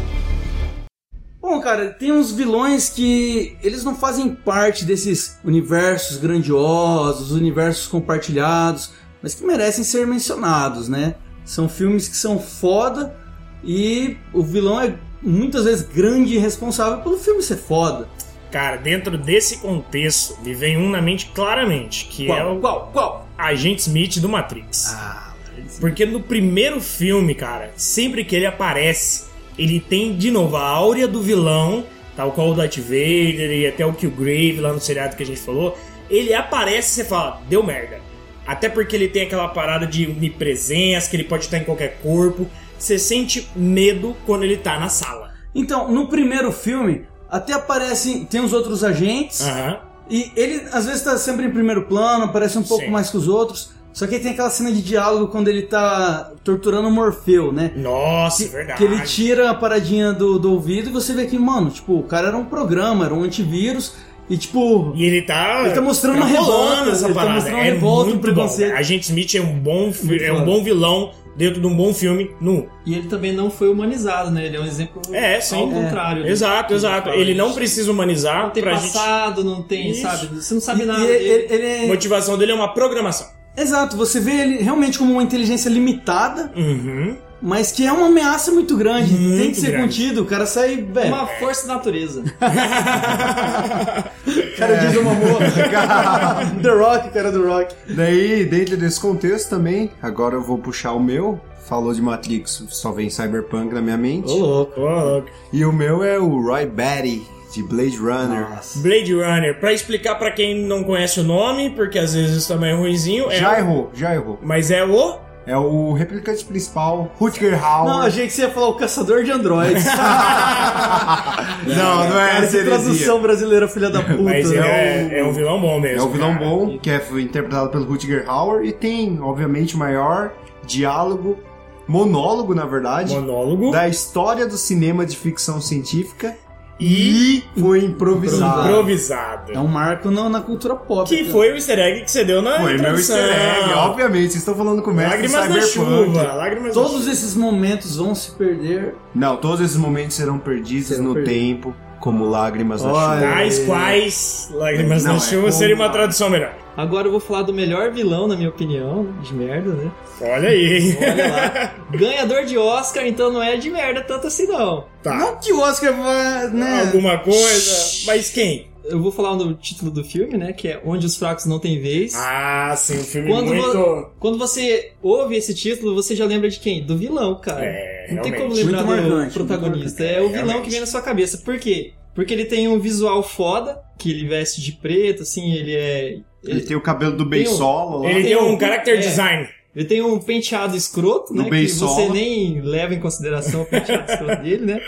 S2: Bom, cara, tem uns vilões que eles não fazem parte desses universos grandiosos, universos compartilhados, mas que merecem ser mencionados, né? São filmes que são foda e o vilão é muitas vezes grande e responsável pelo filme ser foda.
S3: Cara, dentro desse contexto, me vem um na mente claramente, que é
S2: Qual?
S3: o
S2: Qual? Qual?
S3: Agente Smith do Matrix.
S2: Ah,
S3: Porque no primeiro filme, cara, sempre que ele aparece, ele tem de novo a áurea do vilão, tal qual o Darth Vader e até o Killgrave lá no seriado que a gente falou. Ele aparece e você fala, deu merda. Até porque ele tem aquela parada de unipresença, que ele pode estar em qualquer corpo. Você sente medo quando ele tá na sala.
S2: Então, no primeiro filme, até aparecem. Tem os outros agentes.
S3: Aham.
S2: E ele, às vezes, tá sempre em primeiro plano, aparece um pouco
S3: Sim.
S2: mais que os outros. Só que aí tem aquela cena de diálogo quando ele tá torturando o Morfeu, né?
S3: Nossa,
S2: Que,
S3: verdade.
S2: que ele tira a paradinha do, do ouvido e você vê que, mano, tipo, o cara era um programa, era um antivírus. E, tipo,
S3: E ele tá.
S2: Ele tá mostrando uma
S3: extrapolando
S2: revolta,
S3: essa
S2: ele tá
S3: parada.
S2: mostrando uma
S3: é
S2: revolta, um
S3: muito
S2: preconceito.
S3: bom. Agente Smith é um bom, fi-
S2: Muito
S3: é um
S2: foda.
S3: bom vilão dentro de um bom filme nu.
S4: E ele também não foi humanizado, né? Ele é um exemplo
S3: É, sim.
S4: ao
S3: É.
S4: contrário. do-
S3: Exato,
S4: do-
S3: exato. Ele não precisa humanizar
S4: Não tem
S3: pra
S4: passado, não tem,
S3: Isso.
S4: sabe? Você não
S2: e-
S4: sabe nada.
S2: e
S4: dele.
S2: ele, ele é-
S3: gente. A motivação dele é uma programação.
S2: Exato, você vê ele realmente como uma inteligência limitada,
S3: Uhum.
S2: mas que é uma ameaça muito grande.
S3: Muito
S2: tem que ser
S3: grande.
S2: contido, o cara sai,
S4: É
S2: velho.
S4: uma força da natureza.
S2: O cara diz uma boa. É. The Rock, o cara do Rock.
S5: Daí, dentro desse contexto também, agora eu vou puxar o meu. Falou de Matrix, só vem Cyberpunk na minha mente.
S2: louco.
S5: E o meu é o Roy Batty, de Blade Runner.
S3: Blade Runner, pra explicar pra quem não conhece o nome, porque às vezes isso também é ruizinho. É o-
S5: Jairo, Jairo.
S3: Mas é o.
S5: É o replicante principal, Rutger Hauer.
S2: Não, achei que você ia falar o caçador de androides.
S5: não, não é
S2: Cara,
S5: essa
S2: que
S5: heresia.
S2: tradução brasileira, filha da puta.
S3: Mas ele
S2: né?
S3: é, é um vilão bom mesmo.
S5: É o vilão
S3: cara.
S5: bom, que é interpretado pelo Rutger Hauer, e tem, obviamente, o maior diálogo, monólogo, na verdade,
S3: Monólogo.
S5: da história do cinema de ficção científica,
S3: E.
S5: e foi improvisado.
S3: Improvisado.
S2: É um marco na, na cultura pop.
S3: Que
S4: né?
S2: cara.
S3: foi o easter egg que você deu na
S5: Foi meu
S3: introdução.
S5: easter egg, obviamente, vocês estão falando com o mestre
S3: Então, Lágrimas da
S5: Cyberpunk.
S3: chuva. Lágrimas da
S2: Todos
S3: chuva.
S2: esses momentos vão se perder.
S5: Não, todos esses momentos serão perdidos
S2: Serão
S5: no
S2: perdidos.
S5: tempo, como lágrimas da
S2: Olha.
S5: chuva.
S3: Tais quais lágrimas
S5: Não,
S3: da
S5: é
S3: chuva
S5: como-
S3: seria uma tradução melhor.
S4: Agora eu vou falar do melhor vilão, na minha opinião, de merda, né?
S3: Olha aí.
S4: Olha lá. Ganhador de Oscar, então não é de merda tanto assim, não.
S3: Tá.
S2: Não que o Oscar vai, né?
S3: Alguma coisa. Mas quem?
S4: Eu vou falar o título do filme, né? Que é Onde os Fracos Não Têm Vez.
S3: Ah, sim, um filme
S4: Quando
S3: muito.
S4: vo- Quando você ouve esse título, você já lembra de quem? Do vilão, cara.
S3: É,
S4: Não tem
S3: realmente.
S4: como lembrar
S2: Muito
S4: do
S2: marcante,
S4: protagonista. É o vilão
S3: Realmente.
S4: que vem na sua cabeça. Por quê? Porque ele tem um visual foda, que ele veste de preto, assim, ele é.
S5: Ele
S4: Ele,
S5: tem o cabelo do Beisolo lá.
S3: Ele
S4: Tem
S3: deu
S4: um-
S3: um character
S4: é.
S3: design.
S4: ele tem um penteado escroto,
S5: No
S4: né? Que
S5: beisola.
S4: você nem leva em consideração o penteado escroto dele, né?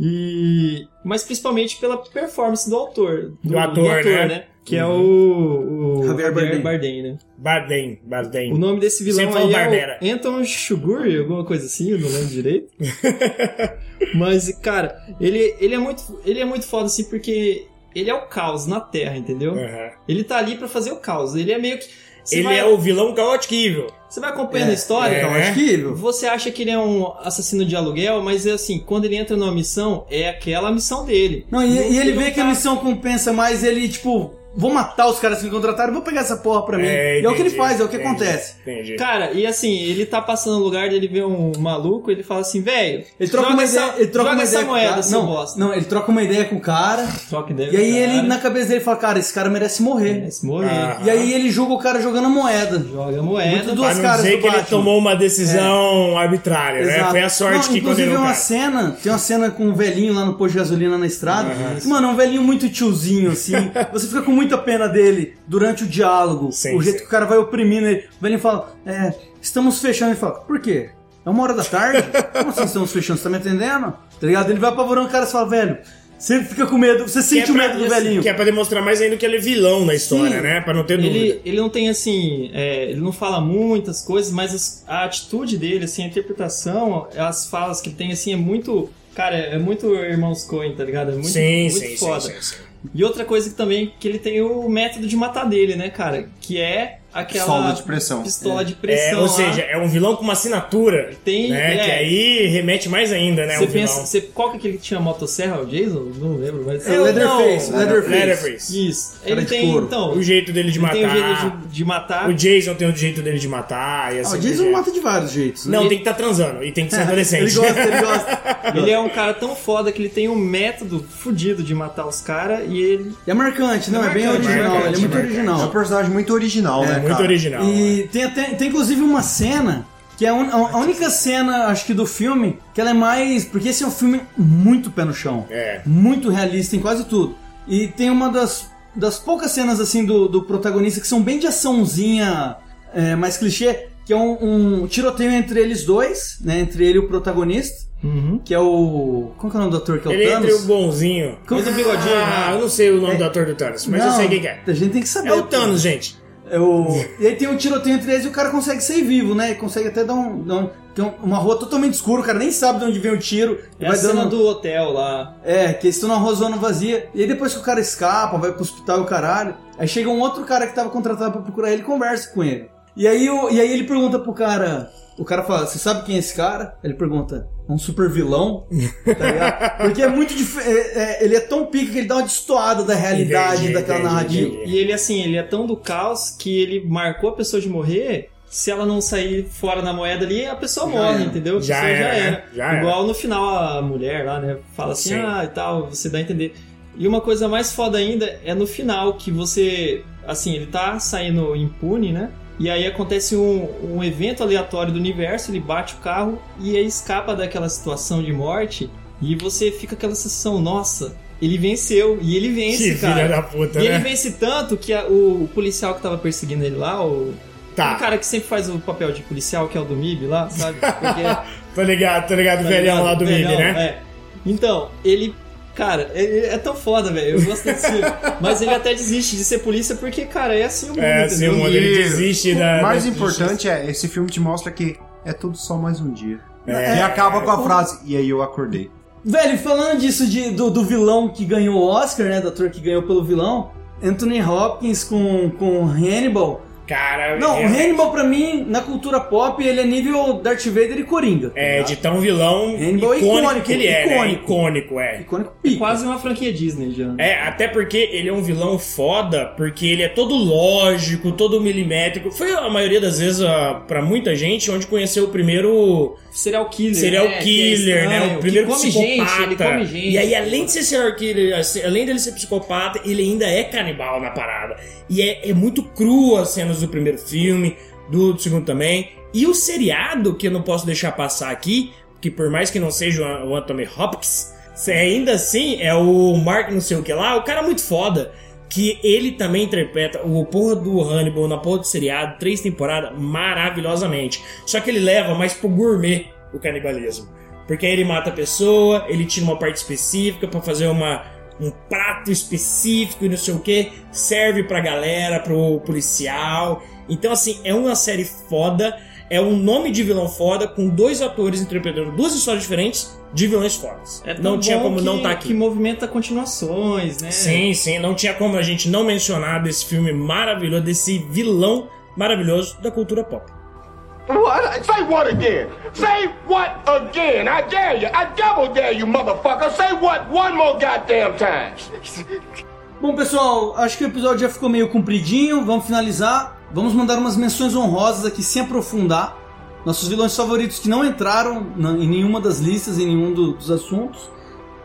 S4: E. Mas principalmente pela performance do autor.
S3: Do ator, né? Uhum.
S4: Que é o. o
S2: Javier Bardem.
S4: né?
S3: Bardem,
S4: O
S3: Bardem.
S4: nome desse vilão
S3: Sempre falou
S4: aí
S3: Barbera.
S4: é o Anton Shuguri, alguma coisa assim, eu não lembro direito. Mas, cara, ele, ele, é muito, ele é muito foda assim porque ele é o caos na Terra, entendeu?
S3: Aham.
S4: Ele tá ali pra fazer o caos. Ele é meio que... Você
S3: É. Ele
S4: vai,
S3: é o vilão caótico evil.
S4: Você vai acompanhando
S2: É,
S4: a história,
S3: é.
S2: Então, acho que
S4: você acha que ele é um assassino de aluguel, mas é assim, quando ele entra numa missão, é aquela missão dele.
S2: Não, e, e ele
S4: não
S2: vê que a
S4: tá-
S2: missão compensa mais, ele, tipo, vou matar os caras que me contrataram, vou pegar essa porra pra mim.
S3: É,
S2: e é o que ele
S3: entendi,
S2: faz, é o que
S3: entendi.
S2: acontece.
S3: Entendi.
S4: Cara, e assim, ele tá passando no lugar, ele vê um maluco, ele fala assim, velho,
S2: Ele troca
S4: joga
S2: uma
S4: essa-
S2: ideia, ele troca
S4: joga
S2: uma
S4: essa
S2: ideia com o
S4: moeda,
S2: cara.
S4: seu
S2: não,
S4: bosta.
S2: não, ele troca uma ideia com o cara,
S4: Troca ideia
S2: e aí
S4: com o
S2: ele,
S4: cara.
S2: na cabeça dele, fala, cara, esse cara merece morrer.
S4: Merece morrer.
S3: Ah.
S2: E aí ele julga o cara jogando a moeda.
S4: Joga moeda.
S2: Muito né? do-
S3: Pra
S2: duas
S3: não
S2: caras
S3: dizer
S2: do
S3: um que ele
S2: Batman.
S3: tomou uma decisão arbitrária, né?
S2: Exato.
S3: Foi a sorte
S2: não,
S3: que
S2: inclusive
S3: condenou
S2: é
S3: o
S2: uma
S3: cara.
S2: cena, tem uma cena com um velhinho lá no posto de gasolina na estrada. Mano, é um velhinho muito tiozinho, assim. Você fica com muita pena dele durante o diálogo.
S3: Sim,
S2: o jeito
S3: sim.
S2: que o cara vai oprimindo ele. O velhinho fala, é, estamos fechando. Ele fala, por quê? É uma hora da tarde? Como assim estamos fechando? Você tá me atendendo? Tá ligado? Ele vai apavorando o cara e fala, velho, você fica com medo, você
S3: Que é
S2: sente o
S3: pra-
S2: medo do velhinho.
S3: Que é pra demonstrar mais ainda que ele é vilão na história,
S2: Sim.
S3: né? Pra não ter dúvida.
S4: Ele, é ele não tem assim, é, ele não fala muitas coisas, mas as- a atitude dele, assim, a interpretação, as falas que ele tem, assim, é muito. Cara, é muito irmãos Coen, tá ligado? É muito,
S3: sim,
S4: muito
S3: sim,
S4: foda.
S3: sim, sim, sim.
S4: E outra coisa que também que ele tem o método de matar dele, né, cara? Que é aquela
S5: Solda de pressão.
S4: pistola de
S3: É,
S4: pressão.
S3: ou
S4: lá.
S3: seja, é um vilão com uma assinatura.
S4: Tem-
S3: né,
S4: é.
S3: Que aí remete mais ainda, né?
S4: você
S3: o vilão.
S4: pensa, você, qual que é aquele que tinha a motosserra? O Jason? Não lembro, mas.
S2: É o Leatherface,
S4: Não.
S2: Leatherface.
S3: Leatherface.
S4: Isso.
S2: Cara
S4: Ele
S2: de
S4: tem,
S2: couro.
S4: então.
S3: O jeito dele de
S4: ele
S3: matar.
S4: Tem o jeito de, de matar.
S3: O Jason tem o jeito dele de matar. E
S2: Ah,
S3: assim
S2: o
S3: por
S2: Jason
S3: diante.
S2: mata de vários jeitos. né?
S3: Não, tem que estar transando. E tem que ser adolescente.
S2: Ele gosta, ele gosta.
S4: Ele é um cara tão foda que ele tem um método fudido de matar os caras e ele.
S2: É marcante, não, é, bem
S4: marcante,
S2: original,
S3: marcante,
S2: ele é muito
S3: marcante.
S5: É um
S2: original.
S5: personagem muito original, né,
S3: É, Muito
S5: cara?
S3: original.
S2: E tem até, tem inclusive uma cena, que é a, un- a única cena, acho que do filme, que ela é mais, porque esse é um filme muito pé no chão.
S3: É.
S2: Muito realista em quase tudo. E tem uma das, das poucas cenas, assim, do, do protagonista que são bem de açãozinha, é, mais clichê, que é um, um tiroteio entre eles dois, né, entre ele e o protagonista, que é o... qual que é o nome do ator que é o
S3: Ele
S2: Thanos?
S3: entre o bonzinho.
S2: Como-
S3: Mas o bigodinho.
S4: né?
S3: Ah, eu não sei o nome do ator do Thanos, mas eu
S2: É. Não,
S3: sei quem que é.
S2: A gente tem que saber.
S3: É o Thanos, gente.
S2: É o- E aí tem um tiroteio entre eles e o cara consegue sair vivo, né? Ele Consegue até dar um. dar um- Tem um- uma rua totalmente escura, o cara nem sabe de onde vem o tiro.
S4: É
S2: Ele
S4: a
S2: vai
S4: cena
S2: dando.
S4: do hotel lá.
S2: É, que eles estão numa zona vazia. E aí depois que o cara escapa, vai pro hospital e o caralho. Aí chega um outro cara que tava contratado pra procurar ele e conversa com ele. E aí, o- e aí ele pergunta pro cara. O cara fala, você sabe quem é esse cara? Ele pergunta, é um super vilão? Tá ligado? Porque é muito diferente. ele é tão pica que ele dá uma destoada da realidade
S3: Entendi,
S2: daquela
S3: entendi,
S2: narrativa.
S3: entendi.
S4: E ele, assim, ele é tão do caos que ele marcou a pessoa de morrer. Se ela não sair fora na moeda ali, a pessoa morre,
S2: era.
S4: entendeu? A
S3: Já
S4: pessoa
S3: era,
S4: já
S3: né?
S4: era.
S3: Já era.
S4: Igual no final a mulher lá, né? Fala assim,
S3: Sim.
S4: ah, e tal, você dá a entender. E uma coisa mais foda ainda é no final, que você. Assim, ele tá saindo impune, né? E aí acontece um, um evento aleatório do universo, ele bate o carro e aí escapa daquela situação de morte. E você fica aquela sensação, nossa, ele venceu. E ele vence,
S3: Que
S4: cara.
S3: filha da puta,
S4: E ele
S3: né?
S4: vence tanto que a- o, o policial que tava perseguindo ele lá, o, o
S3: Tá,
S4: cara que sempre faz o papel de policial, que é o do MIB lá, sabe? Porque, tá
S3: tô ligado, tô ligado, velhão
S4: ligado?
S3: lá do Mini,
S4: Velhão,
S3: né?
S4: é. Então, ele. Cara, é, é tão foda, velho. Eu gosto desse filme. Mas ele até desiste de ser polícia porque, cara, é assim o mundo,
S3: É, assim,
S4: entendeu?
S3: o mundo ele desiste da.
S5: O mais
S3: da-
S5: importante é, esse filme te mostra que é tudo só mais um dia.
S3: É.
S5: E acaba
S2: É.
S5: com a frase, e aí eu acordei.
S2: Velho, falando disso de, do, do vilão que ganhou o Oscar, né? Do ator que ganhou pelo vilão, Anthony Hopkins com, com Hannibal.
S3: Cara,
S2: Não, o
S3: é,
S2: Hannibal, pra mim, na cultura pop, ele é nível Darth Vader e Coringa.
S3: é de tão vilão
S2: Hannibal é
S3: icônico,
S2: icônico,
S3: que ele é. né?
S2: icônico.
S3: Icônico, é.
S2: Icônico pica.
S4: Quase uma franquia Disney já.
S3: É, até porque ele é um vilão foda, porque ele é todo lógico, todo milimétrico. Foi a maioria das vezes, a- pra muita gente, onde conheceu o primeiro
S4: Serial killer.
S3: serial
S4: né, que é
S3: killer,
S4: estranho,
S3: né? O primeiro
S4: que come
S3: psicopata.
S4: gente, ele come gente.
S3: E aí, além de ser serial killer, assim, além dele ser psicopata, ele ainda é canibal na parada. E é, é muito cru as cenas do primeiro filme, do, do segundo também. E o seriado, que eu não posso deixar passar aqui, que por mais que não seja o o Anthony Hopkins, se- ainda assim é o Mark não sei o que lá, o cara é muito foda. Que ele também interpreta o porra do Hannibal na porra do seriado, três temporadas, maravilhosamente. Só que ele leva mais pro gourmet o canibalismo. Porque aí ele mata a pessoa, ele tira uma parte específica pra fazer uma, um prato específico e não sei o que, serve pra galera, pro policial. Então, assim, é uma série foda, é um nome de vilão foda, com dois atores interpretando duas histórias diferentes de vilões fodas.
S4: É tão
S3: não tinha
S4: bom
S3: como
S4: que,
S3: não tá
S4: Que
S3: aqui.
S4: movimenta continuações, né?
S3: É. Sim, sim, não tinha como a gente não mencionar desse filme maravilhoso, desse vilão maravilhoso da cultura pop.
S8: What? Say what again? Say what again? I dare you. I double dare you, motherfucker. Say what one more goddamn time.
S2: Bom, pessoal, acho que o episódio já ficou meio compridinho. Vamos finalizar. Vamos mandar umas menções honrosas aqui sem aprofundar. Nossos vilões favoritos que não entraram na- em nenhuma das listas, em nenhum do- dos assuntos.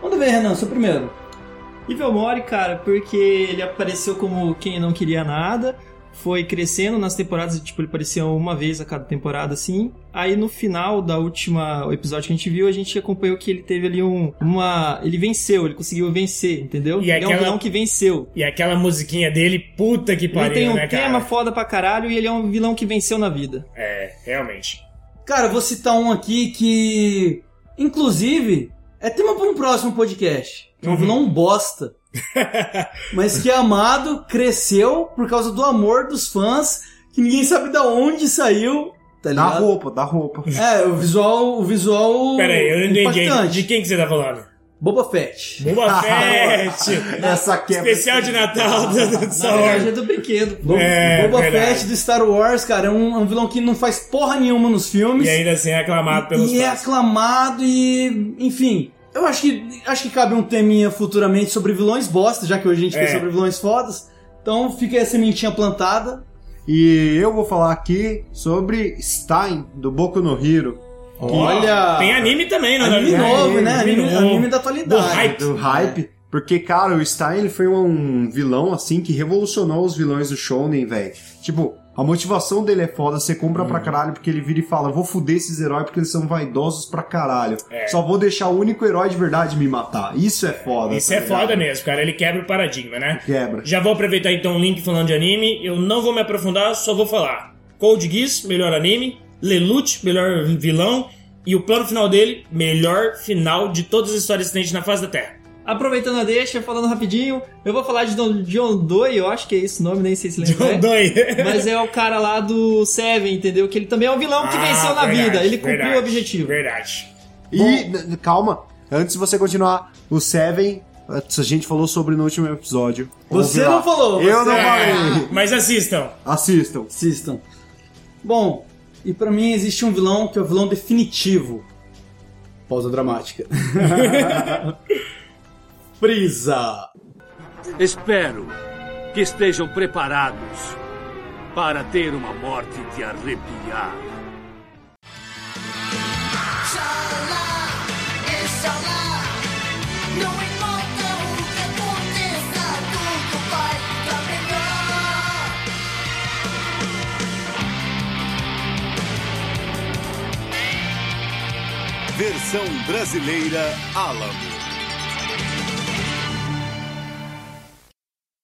S2: Manda ver, Renan, seu primeiro.
S4: Evil Mori, cara, porque ele apareceu como quem não queria nada, foi crescendo nas temporadas, tipo, ele aparecia uma vez a cada temporada, assim. Aí no final da última episódio que a gente viu, a gente acompanhou que ele teve ali um, uma... Ele venceu, ele conseguiu vencer, entendeu?
S3: E
S4: ele é um
S3: aquela-
S4: vilão que venceu.
S3: E aquela musiquinha dele, puta que pariu,
S4: ele tem um
S3: né,
S4: tema
S3: cara?
S4: foda pra caralho e ele é um vilão que venceu na vida.
S3: É, realmente.
S2: Cara, eu vou citar um aqui que, inclusive, é tema para um próximo podcast. Que é
S3: Uhum.
S2: um vilão bosta. mas que é amado, cresceu por causa do amor dos fãs, que ninguém sabe da onde saiu, tá
S5: Da
S2: ligado?
S5: roupa, da roupa.
S2: É, o visual, o visual
S3: Pera aí, eu não entendi.
S2: impactante.
S3: De quem que você tá falando?
S2: Boba Fett.
S3: Boba Fett!
S2: é
S5: Essa é quebra.
S3: Especial de Natal do, do
S4: Na
S3: Star
S4: verdade é
S3: Wars.
S4: do brinquedo.
S2: Bo-
S3: É,
S2: Boba
S3: verdade.
S2: Fett do Star Wars, cara, é um, é um vilão que não faz porra nenhuma nos filmes.
S3: E ainda assim é aclamado pelos
S2: e é
S3: fãs.
S2: aclamado e, enfim, eu acho que acho que cabe um teminha futuramente sobre vilões bosta, já que hoje a gente
S3: É.
S2: fez sobre vilões fodas. Então fica essa mentinha plantada.
S5: E eu vou falar aqui sobre Stein, do Boku no Hero.
S2: Olha,
S3: Tem anime também, não
S2: anime
S3: é?
S2: novo, né? Anime,
S3: novo.
S2: anime da
S3: Do
S2: atualidade.
S3: hype.
S5: Do hype. Porque, cara, o Stein ele foi um vilão, assim, que revolucionou os vilões do Shonen, velho. Tipo, a motivação dele é foda, você compra
S3: Uhum.
S5: pra caralho, porque ele vira e fala, vou fuder esses heróis porque eles são vaidosos pra caralho.
S3: É.
S5: Só vou deixar o único herói de verdade me matar. Isso é foda.
S3: Isso
S5: tá
S3: é
S5: ligado?
S3: foda mesmo, cara. Ele quebra o paradigma, né?
S5: Quebra.
S3: Já vou aproveitar então o link falando de anime. Eu não vou me aprofundar, só vou falar. Cold Geass, melhor anime. Lelouch, melhor vilão. E o plano final dele, melhor final de todas as histórias existentes na face da Terra.
S4: Aproveitando a deixa, falando rapidinho, eu vou falar de Don- John Doi, eu acho que é esse o nome, nem sei se lembra.
S3: John
S4: né?
S3: Doe.
S4: Mas é o cara lá do Seven, entendeu? Que ele também é um vilão que venceu na
S3: Ah, verdade,
S4: vida. Ele cumpriu
S3: verdade,
S4: o objetivo.
S3: Verdade.
S5: E, n- n- calma, antes de você continuar, o Seven, eh, a gente falou sobre no último episódio.
S2: Você
S5: Ouve lá.
S2: não falou,
S5: Eu
S2: você- é.
S5: não
S3: Ah,
S5: falei.
S3: mas assistam.
S5: Assistam.
S2: Assistam. Bom, e pra mim existe um vilão que é o vilão definitivo. Pausa dramática. Frieza.
S10: Espero que estejam preparados para ter uma morte de arrepiar.
S11: Versão brasileira Alamo.